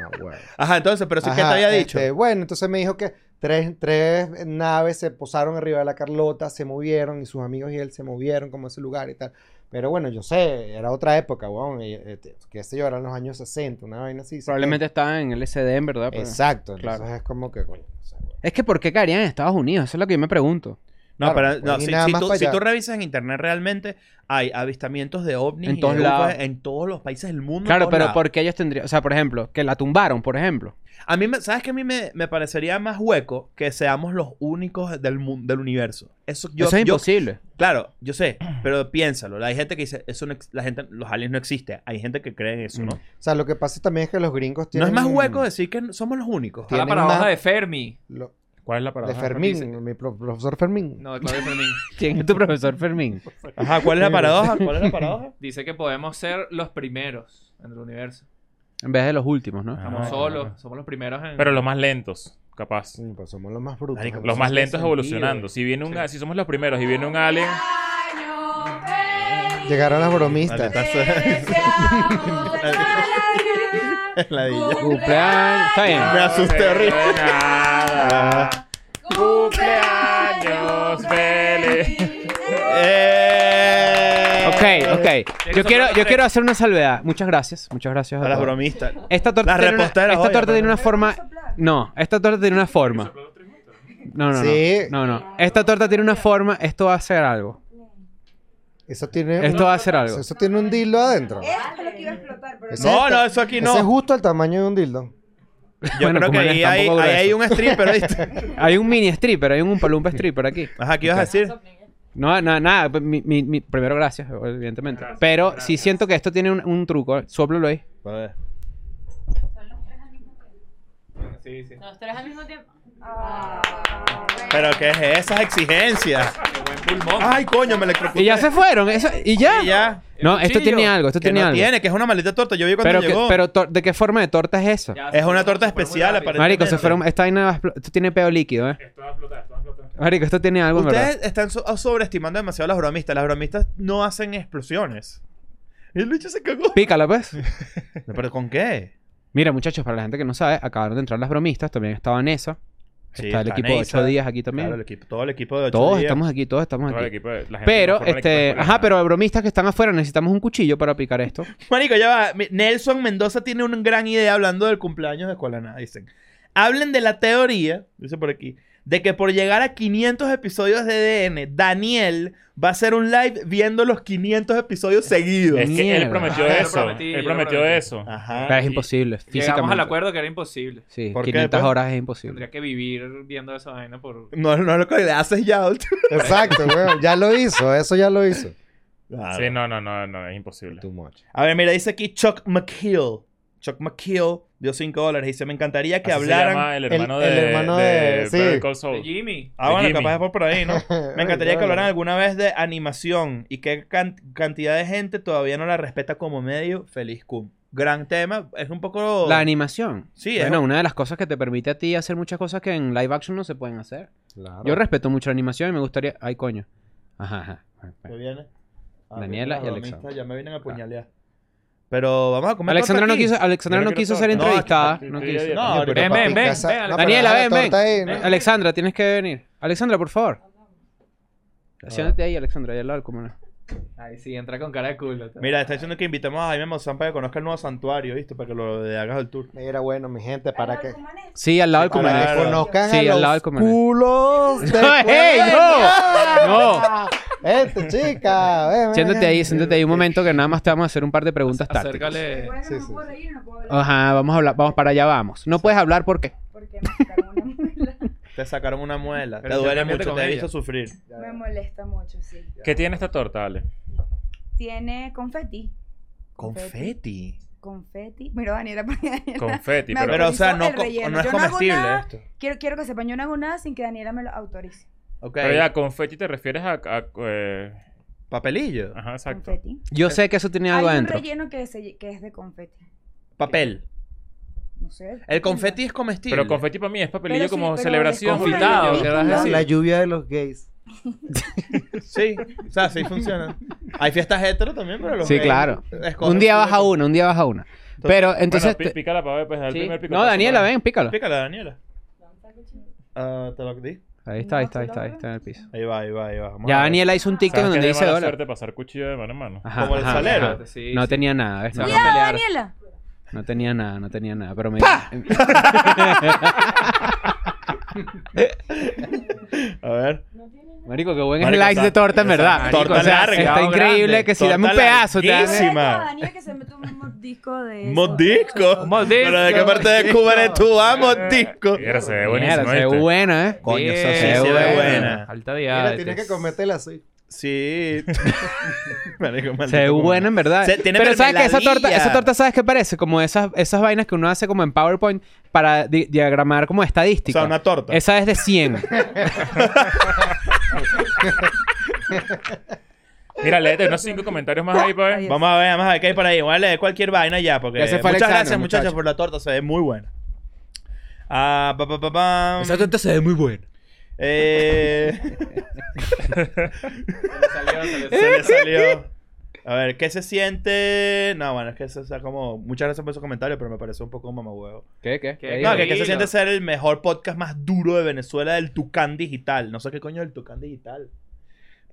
Ah, bueno. Ajá, entonces, pero sí que te Ajá, había dicho. este, bueno, entonces me dijo que tres, tres naves se posaron arriba de la Carlota, se movieron y sus amigos y él se movieron como a ese lugar y tal. Pero bueno, yo sé, era otra época, weón. y, este, qué sé yo, eran los años 60, una vaina así. Probablemente estaban en el SD, en verdad. Pero- Exacto, entonces Claro. es como que, coño, o sea, weón. Es que ¿por qué caerían en Estados Unidos? Eso es lo que yo me pregunto. No, claro, pero pues, no, ni si, nada si más tú, para si allá. tú revisas en internet realmente, hay avistamientos de ovnis En y todos de UFOs lados. en todos los países del mundo. en Claro, todos pero lados. ¿por qué ellos tendrían? O sea, por ejemplo, que la tumbaron, por ejemplo. A mí, me- ¿sabes que A mí me, me parecería más hueco que seamos los únicos del, mu- del universo. Eso, yo, Eso es yo- imposible. <laughs> Claro, yo sé, pero piénsalo. Hay gente que dice, eso no ex- la gente, los aliens no existen. Hay gente que cree en eso, ¿no? O sea, lo que pasa también es que los gringos No tienen... es más hueco decir que no- somos los únicos. Tiene- Está la tienen paradoja más- de Fermi. lo- ¿Cuál es la palabra? de Fermín, mi pro- profesor Fermín. No, de Claudio <laughs> Fermín. ¿Quién es tu profesor Fermín? Ajá, ¿cuál es la <laughs> paradoja? ¿Cuál es la paradoja? Dice que podemos ser los primeros en el universo. En vez de los últimos, ¿no? Ah. Estamos claro, solos, claro. somos los primeros en... Pero los más lentos, capaz. Sí, pues somos los más brutos. Marico, ¿no? Los más Sí, lentos sí. evolucionando. Si viene un, si somos los primeros y viene un alien, Llegaron las Vale, bromistas. está su- la villa. Cumpleaños. Está bien. Me asusté horrible. Ah. Cumpleaños feliz. ¡Eh! Ok, ok. Yo Eso quiero, fue lo yo que- quiero hacer una salvedad. Muchas gracias. Muchas gracias. A las todos. bromistas. Esta torta, Las tiene una, reposteras, esta oye, torta tiene pero- una forma. No, esta torta tiene una forma. No, no, no. Sí. No, no. Esta torta tiene una forma. Esto va a hacer algo. Eso tiene, Esto va a hacer algo. eso tiene un dildo adentro. Esto es lo que iba a explotar, pero Ese- No, no, eso aquí Ese es no. justo el tamaño de un dildo. Yo Bueno, creo que como ahí eres, hay, tampoco ahí hay grueso. un stripper, ¿viste? Hay un mini stripper, hay un palumpa stripper aquí. Ajá, ¿qué ibas a decir? No, nada, nada. pues, mi- mi- mi- primero, gracias, evidentemente. Pero sí siento que esto tiene un, un truco. Suéplalo ahí. Son los tres al mismo tiempo. Sí, sí. Los tres al mismo tiempo. Ah. Pero ¿qué es esas exigencias? Qué buen pulmón. Ay, coño, me electrocuté. Y ya se fueron. eso- y ya. Y ya. No, El esto cuchillo, tiene algo. Esto Que tiene no algo. tiene, que es una maldita torta. Yo vi cuando pero que- llegó. pero tor- ¿de qué forma de torta es eso? Ya, Es una se torta fue muy especial, rápido. aparentemente. Marico, se fueron. Esta vaina va a explo- Esto tiene peo líquido, ¿eh? Esto va a explotar, esto va a explotar. Marico, esto tiene algo, en ¿verdad? Ustedes están so- sobreestimando demasiado a las bromistas. Las bromistas no hacen explosiones. Y el bicho se cagó. Pícala, pues. No, ¿Pero con qué? Mira, muchachos, para la gente que no sabe, acabaron de entrar las bromistas. También está Vanessa. Sí, está el está equipo de Neisa. 8 días aquí también. Claro, el equipo, todo el equipo de ocho todos días. estamos aquí, todos estamos Todo el aquí. equipo, la gente Pero, que forma el equipo de este. escuela. Ajá, pero bromistas que están afuera, necesitamos un cuchillo para picar esto. Marico, ya va. Mi- Nelson Mendoza tiene una gran idea hablando del cumpleaños de Escuela Nada. Dicen, hablen de la teoría, dice por aquí, de que por llegar a 500 episodios de DN, Daniel va a hacer un live viendo los 500 episodios seguidos. Es que él Mierda. prometió Ah, lo eso. prometí, Él lo prometió prometí. eso. Ajá. Pero es y- imposible. Físicamente. Llegamos al acuerdo que era imposible. Sí, ¿Por qué, 500 pues? horas es imposible. Tendría que vivir viendo esa vaina por... No, no lo que le haces ya. Exacto, weón. Ya lo hizo, eso ya lo hizo. Ah, Sí, no, no, no, no, es imposible. Too much. A ver, mira, dice aquí Chuck McHill. Chuck McKill dio 5 dólares. Dice, me encantaría que Así se hablaran... llama el hermano el de, hermano de, de- sí. Better Call Saul. De Jimmy. Ah, bueno, Jimmy. capaz es por, por <laughs> ahí, ¿no? Me encantaría que hablaran alguna vez de animación y qué can- cantidad de gente todavía no la respeta como medio. Feliz cum. Gran tema. Es un poco... La animación. Sí, es Bueno, un- una de las cosas que te permite a ti hacer muchas cosas que en live action no se pueden hacer. Claro. Yo respeto mucho la animación y me gustaría. Ay, coño. Ajá, ajá. Me viene. Ah, Daniela las y bromistas Alexandra. Ah. Ya me vienen a puñalear. Pero vamos a comer Alexandra torta no aquí. quiso, Alexandra Yo no no quiero quiso torta. ser No, entrevistada. aquí- No aquí- quiso. aquí- No, Pero ahorita- Ven, ven, ven, Esa- ven, no, pero Alexandra. Daniela, deja la ven, ven. torta ahí, <laughs> ¿no? Ven. Eh, Alexandra, tienes que venir. Alexandra, por favor. Siéntate ahí, Alexandra, ahí al lado del comuna. Ay, sí, entra con cara de culo. Mira, está diciendo que invitemos a Jaime Maussan para que conozca el nuevo santuario, ¿viste? Para que lo de- hagas el tour. Mira, bueno, mi gente, para que, Sí, al lado del para comuna. que Claro. conozcan Sí, a al lado del los Comanés. <laughs> culos de ¡Ey, no! Cuernavaca. Este, chica. ven, ven, Siéntate ven. ahí, siéntate ahí un momento que nada más te vamos a hacer un par de preguntas tácticas. Acércale. Bueno, Sí, no sí, puedo sí. reír, no puedo hablar. Ajá, vamos a hablar, vamos para allá, vamos. No puedes hablar porque. Porque me sacaron una <laughs> muela. Te sacaron una muela. Pero te duele intercambiate mucho, con te he ella. visto sufrir. Me molesta mucho, sí. ¿Qué tiene esta torta, <laughs> Ale? Tiene confeti. Confeti. Confeti. Mira, Daniela, <laughs> porque Daniela. Confeti, Me pero... Pero, o sea, Autorizó no, el co- relleno. no es Yo no hago comestible nada. esto. Quiero, quiero que sepan, yo no hago nada sin que Daniela me lo autorice. Ok. Pero ya, confeti te refieres a... a- eh, Papelillo. Ajá, exacto. Confeti. Yo sé que eso tiene algo Hay un adentro. relleno que, se- que es de confeti. Papel. No sé. El confeti es comestible. Pero confeti para mí es papelillo Pero sí, como pero celebración. desconfitado, ¿verdad? ¿verdad? Es La, decir, la lluvia de los gays. <laughs> Sí. O sea, sí funciona. Hay fiestas hetero también, pero los Sí, gays claro. escogen Un día su- baja una, un día baja una. Pero entonces. bueno, pi- pícala para ver, pues, da el Sí. primer pico. No, Daniela, ven, pícalo. Explícala, Daniela. Ah, te lo di. Ahí está, ahí está, ahí está, ahí está en el piso. Ahí va, ahí va, ahí va. Vamos a Ya ver. Daniela hizo un TikTok ¿Sabes que es donde de dice mala hola. suerte pasar cuchillo de mano en mano? Ajá, Como el ajá, salero. ajá. No tenía nada, ¿ves? No, Cuidado. pelear. ¡Cuidado, Daniela! no tenía nada, no tenía nada. Pero me. A ver. Marico, qué buen Marico, slice está- de torta, en está- verdad. torta O sea, larga, Está grande, increíble que si torta dame un pedazo, te larguísima. dame- Dile a Daniela que se mete un mordisco de. ¡Mordisco! Mordisco. ¿Pero de qué parte de Cuba eres tú? ¡Ah, mordisco! Mira, se ve Mierda, buenísimo se ve este. buena, ¿eh? Coño, Bien. eso sí se ve buena. Mira, Alta diabetes. tienes que comértela así. Sí. <laughs> Marico, Se ve maldito, buena, en verdad. Se- tiene pero sabes que esa mermeladilla. torta, esa torta, ¿sabes qué parece? Como esas, esas vainas que uno hace como en PowerPoint para di- diagramar como O estadística. sea, una torta. esa es de <laughs> 100. Mira, léete unos cinco comentarios más ahí para ver. Vamos a ver, vamos a ver qué hay por ahí. Voy a leer cualquier vaina ya, porque... Ya se Muchas fue Alexandra, gracias, muchachos, muchacho. por la torta. Se ve muy buena. Ah, pa, pa, pa, pam. torta se ve muy buena. <laughs> Eh... se <laughs> le salió. A ver, ¿qué se siente? No, bueno, es que eso está como... Muchas gracias por esos comentarios, pero me pareció un poco mamahuevo. ¿Qué, qué? ¿Qué? No, Dilo, que, que se dilo. siente ser el mejor podcast más duro de Venezuela del Tucán Digital. No sé qué coño es el Tucán Digital.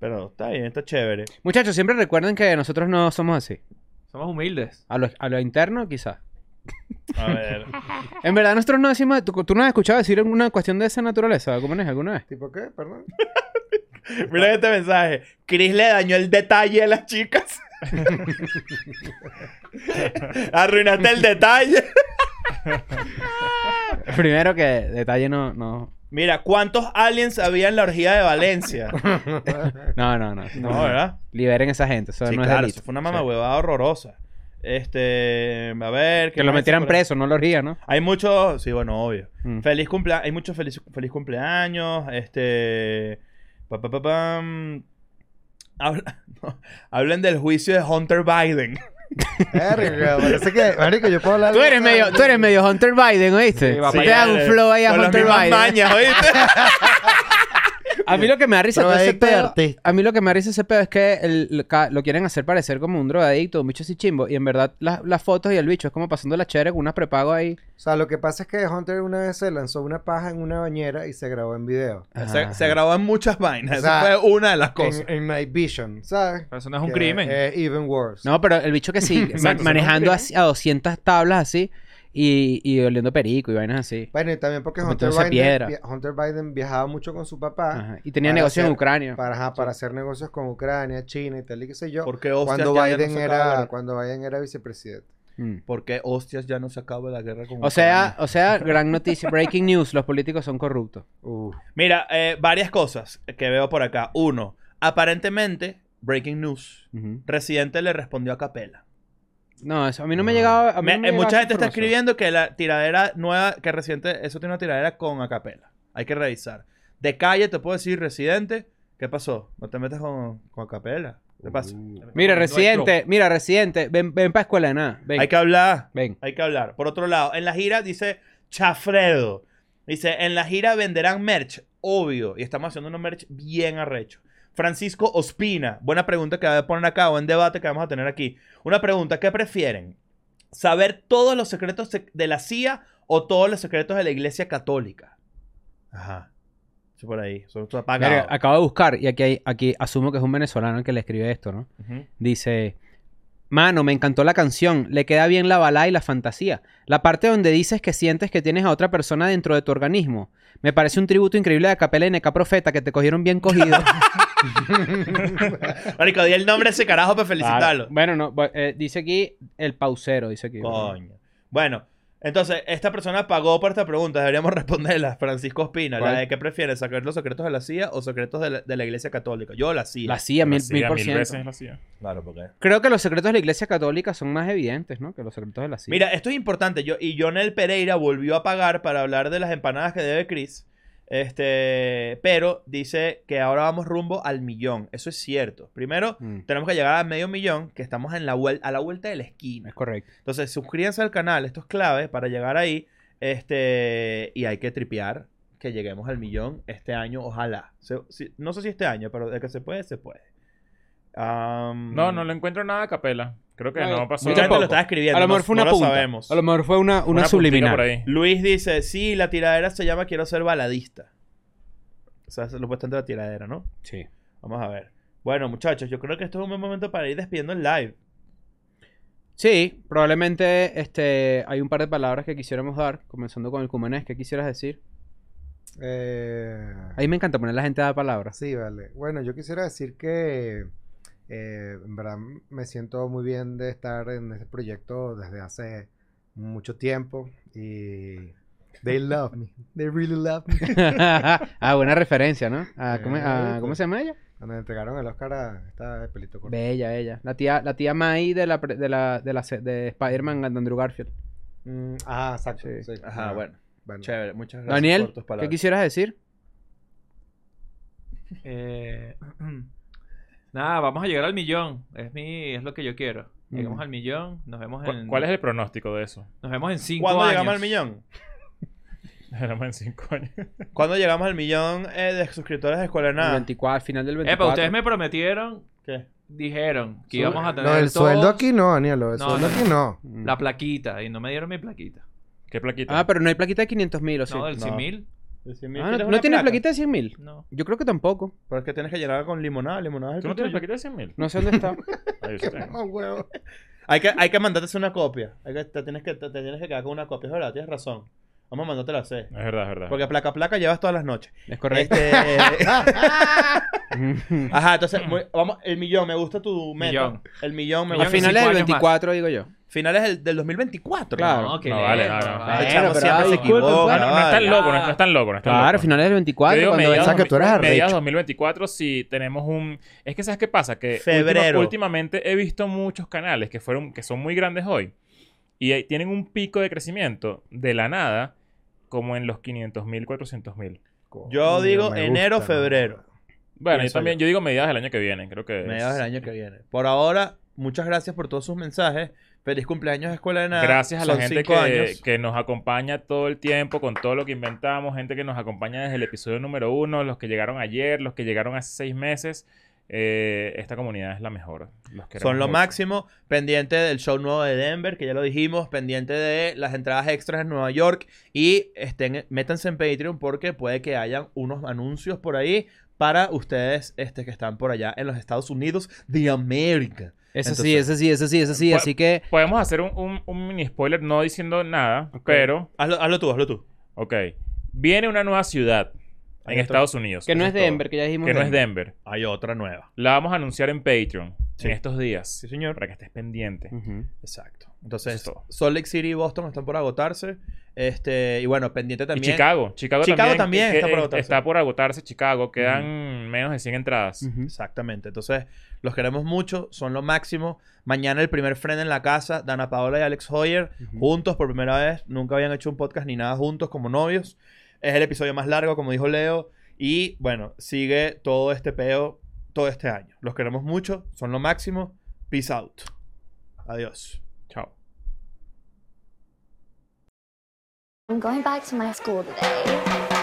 Pero está bien, está chévere. Muchachos, siempre recuerden que nosotros no somos así. Somos humildes. A lo, a lo interno, quizás. A ver. En verdad, nosotros no decimos... ¿Tú, tú no has escuchado decir alguna cuestión de esa naturaleza? ¿Cómo no es? ¿Alguna vez? ¿Tipo qué? <laughs> Perdón. Mira este mensaje. Chris le dañó el detalle a las chicas. Arruinaste el detalle. Primero que detalle no... No, Mira, ¿cuántos aliens había en la orgía de Valencia? no, no. no. No, ¿verdad? Liberen a esa gente. Eso sí, no es claro, delito. eso fue una Sí. mama huevada horrorosa. Este, a ver, ¿qué Que lo más metieran por ahí? preso, no lo ría, ¿no? Hay muchos, sí, bueno, obvio. Mm. Feliz cumpleaños, hay muchos feliz, feliz cumpleaños, este... pa, pa, pa, pam. Habla- <laughs> no, hablen del juicio de Hunter Biden. Verga, parece que... Marico, yo puedo hablar... Tú de eres esa- medio, tú eres medio Hunter Biden, ¿oíste? Sí, va Sí, para te da allá. un flow ahí a Con las Hunter mismas Biden. mañas, <laughs> ¿oíste? A mí lo que me da risa de ese Drogadicto y pedo, artista. a mí lo que me da risa de ese pedo es que el- lo, ca- lo quieren hacer parecer como un drogadicto, un bicho así chimbo, y en verdad las las fotos y el bicho es como pasando la chévere con unas prepago ahí. O sea, lo que pasa es que Hunter una vez se lanzó una paja en una bañera y se grabó en video. Se, se grabó en muchas vainas. O sea, Esa fue una de las cosas. En, en Night Vision, ¿sabes? Pero eso no es un Que, crimen. eh, even worse. No, pero el bicho <laughs> que sí, ma- Exacto, manejando ¿no? así a 200 tablas así y, y oliendo perico y vainas así. Bueno, y también porque Como Hunter toda esa Biden, piedra. via- Hunter Biden viajaba mucho con su papá Ajá. Y tenía para negocio en hacer- Ucrania. para, ajá, para hacer negocios con Ucrania, China y tal y qué sé yo. ¿Por qué hostias Cuando ya- ya no Biden, se acaba la era, guerra? cuando Biden era vicepresidente. Mm. ¿Por qué hostias ya no se acaba la guerra con O sea, o sea, gran noticia, breaking news, los políticos son corruptos. Uf. Ucrania? Mira, eh, varias cosas que veo por acá. Uno, aparentemente, breaking news, Ujú. Residente le respondió a Capela. No, eso a mí no me llegaba. A mí Me- no me eh, llegaba mucha esa gente está información. escribiendo que la tiradera nueva, que reciente, eso tiene una tiradera con acapela. Hay que revisar. De calle te puedo decir, residente, ¿qué pasó? No te metas con, con acapela. ¿Qué pasa? Mira, No hay residente, mira, residente, ven, ven para escuela de nada. Ven, Hay que hablar. ven. Hay que hablar. Por otro lado, en la gira dice Chafredo. Dice, en la gira venderán merch, obvio. Y estamos haciendo unos merch bien arrecho. Francisco Ospina, buena pregunta que va a poner acá, buen debate que vamos a tener aquí. Una pregunta, ¿qué prefieren? ¿Saber todos los secretos sec- de la CIA o todos los secretos de la Iglesia Católica? Ajá. Eso por ahí. Eso está apagado. Verga, acabo de buscar y aquí, hay, aquí asumo que es un venezolano el que le escribe esto, ¿no? Ujú. Dice, mano, me encantó la canción, le queda bien la balada y la fantasía. La parte donde dices que sientes que tienes a otra persona dentro de tu organismo. Me parece un tributo increíble de Capela y NK Profeta que te cogieron bien <laughs> cogido. Marico, di el nombre de ese carajo para felicitarlo. bueno, no, bu- eh, dice aquí el pausero, dice aquí. Coño. Bueno, entonces, esta persona pagó por esta pregunta. Deberíamos <laughs> responderla, Francisco Espina. ¿La ¿Cuál? de qué prefieres, sacar los secretos de la CIA o secretos de la, de la Iglesia Católica? Yo la CIA. La CIA, mil, La mil CIA, por mil ciento. veces la CIA. Claro, porque... Creo que los secretos de la iglesia católica son más evidentes, ¿no? Que los secretos de la CIA. Mira, esto es importante. Yo, y Jonel Pereira volvió a pagar para hablar de las empanadas que debe Chris. Este, pero dice que ahora vamos rumbo al millón. Eso es cierto. Primero, Mm, tenemos que llegar a medio millón, que estamos en la vuel- a la vuelta de la esquina. es correcto. Entonces, suscríbanse al canal, esto es clave para llegar ahí. Este, y hay que tripear que lleguemos al millón este año, ojalá. Se- si- no sé si este año, pero de que se puede, se puede. Am, No, no le encuentro nada a capela. Creo que Ay, no pasó. Mucha gente tampoco. lo está escribiendo. A lo no- mejor fue una no punta. Lo sabemos. A lo mejor fue una, una, puntica subliminal. por ahí. Luis dice: Sí, la tiradera se llama Quiero ser baladista. O sea, lo puesto de la tiradera, ¿no? Sí. Vamos a ver. Bueno, muchachos, yo creo que esto es un buen momento para ir despidiendo el live. Sí, probablemente este, hay un par de palabras que quisiéramos dar, comenzando con el cumanés. ¿Qué quisieras decir? Eh, Ahí me encanta poner la gente a dar palabras. <laughs> sí, vale. Bueno, yo quisiera decir que eh, en verdad me siento muy bien de estar en este proyecto desde hace mucho tiempo <laughs> y they love me. They really love <laughs> me. ah, buena referencia, ¿no? Ah, ¿cómo, ah, Eh, ¿Cómo se llama ella? Cuando entregaron el Oscar a esta pelito corto. Bella, bella. La tía, la tía May de la pre- de la de la se- de Spider-Man and Andrew Garfield. Mm, ah, exacto. Sí. sí, Ajá, ya, bueno. bueno. Chévere, muchas gracias Daniel, por tus ¿qué palabras. quisieras decir? Eh, nada, vamos a llegar al millón. Es mi, es lo que yo quiero. Llegamos Ujú. al millón. Nos vemos ¿Cu- en. ¿Cuál es el pronóstico de eso? <laughs> Nos vemos en cinco ¿Cuándo años. llegamos al millón? Éramos en cinco años. Cuando llegamos al millón eh, de suscriptores de Escuela de El Nada. 24, al final del 24. Epa, ustedes me prometieron, ¿Qué? dijeron que íbamos a tener. Lo del todos sueldo aquí no, Daniel. Lo del No, sueldo no, aquí no. Mm. La plaquita. Y no me dieron mi plaquita. ¿Qué plaquita? Ah, pero no hay plaquita de 500 mil, ¿o sí? No, del no. 100 mil. Decir, Ah, mira, ¿No, ¿quieres no una tienes placa? plaquita de 100 mil? No. Yo creo que tampoco. Pero es que tienes que llenar con limonada, limonada es el ¿Tú no tienes tuyo. plaquita de 100 mil? No sé dónde está. <laughs> No, <laughs> huevo. Hay que, hay que mandarte una copia. Hay que, te, tienes que, te, te tienes que quedar con una copia. Es verdad, tienes razón. Vamos a mandártela a hacer. Es verdad, es verdad. Porque placa a placa llevas todas las noches. Es <laughs> correcto. Este, Mm. ajá, entonces, muy- vamos, el millón, me gusta tu meta. Millón. El millón, me a Millón gusta. final- finales cinco del años más. 24, digo yo. Finales del, del 2024. Claro. No, que No, no, vale, no, no. El Bueno, chamo pero, siempre ay, se disculpen, equivoca. pues. No, no, no es vale. tan loco, no es, no es tan loco. No es tan Claro, loco. finales del Yo 24. digo cuando mediados, O sea, que tú eres arrecho. mediados 2024 si tenemos un... Es que ¿sabes qué pasa? Que última- Febrero. últimamente he visto muchos canales que, fueron, que son muy grandes hoy y eh, tienen un pico de crecimiento de la nada como en los 500 mil, 400 mil. Yo Coño, digo me enero, gusta, febrero. Bueno, yo Pienso también, yo digo mediados del año que viene, creo que... es- Mediados del año que viene. Por ahora, muchas gracias por todos sus mensajes. Feliz cumpleaños Escuela de Nada. Gracias a la Son gente cinco que, años. que nos acompaña todo el tiempo con todo lo que inventamos, gente que nos acompaña desde el episodio número uno, los que llegaron ayer, los que llegaron hace seis meses. Eh, esta comunidad es la mejor. Los queremos Son lo mucho. máximo. Pendiente del show nuevo de Denver, que ya lo dijimos. Pendiente de las entradas extras en Nueva York. Y estén, métanse en Patreon porque puede que hayan unos anuncios por ahí para ustedes este, que están por allá en los Estados Unidos de América. Eso sí, Entonces- eso sí, eso sí, eso sí. Bueno. Así que Podemos hacer un, un- un mini spoiler no diciendo nada, pero, Hazlo, hazlo tú, hazlo tú. ok. Viene una nueva ciudad Ahí en está. Estados Unidos. que no Eso es todo. Denver, que ya dijimos. Que no es Denver. Denver. Hay otra nueva. La vamos a anunciar en Patreon. Sí. en estos días. Sí, señor. Mm, Para que estés pendiente. Ujú. Exacto. Entonces, Eso es todo. Salt Lake City y Boston están por agotarse. Este, y bueno, pendiente Y también. Chicago. Chicago, Chicago también también, que- está por eh, agotarse. Mm. está por agotarse Chicago. Quedan menos de 100 entradas. Ujú. Exactamente. Entonces, los queremos mucho, son lo máximo. Mañana el primer friend en la casa, Dana Paola y Alex Hoyer, Ujú. juntos por primera vez. Nunca habían hecho un podcast ni nada juntos como novios. Es el episodio más largo, como dijo Leo. Y bueno, sigue todo este peo todo este año. Los queremos mucho, son lo máximo. Peace out. Adiós. Chao. I'm going back to my school today.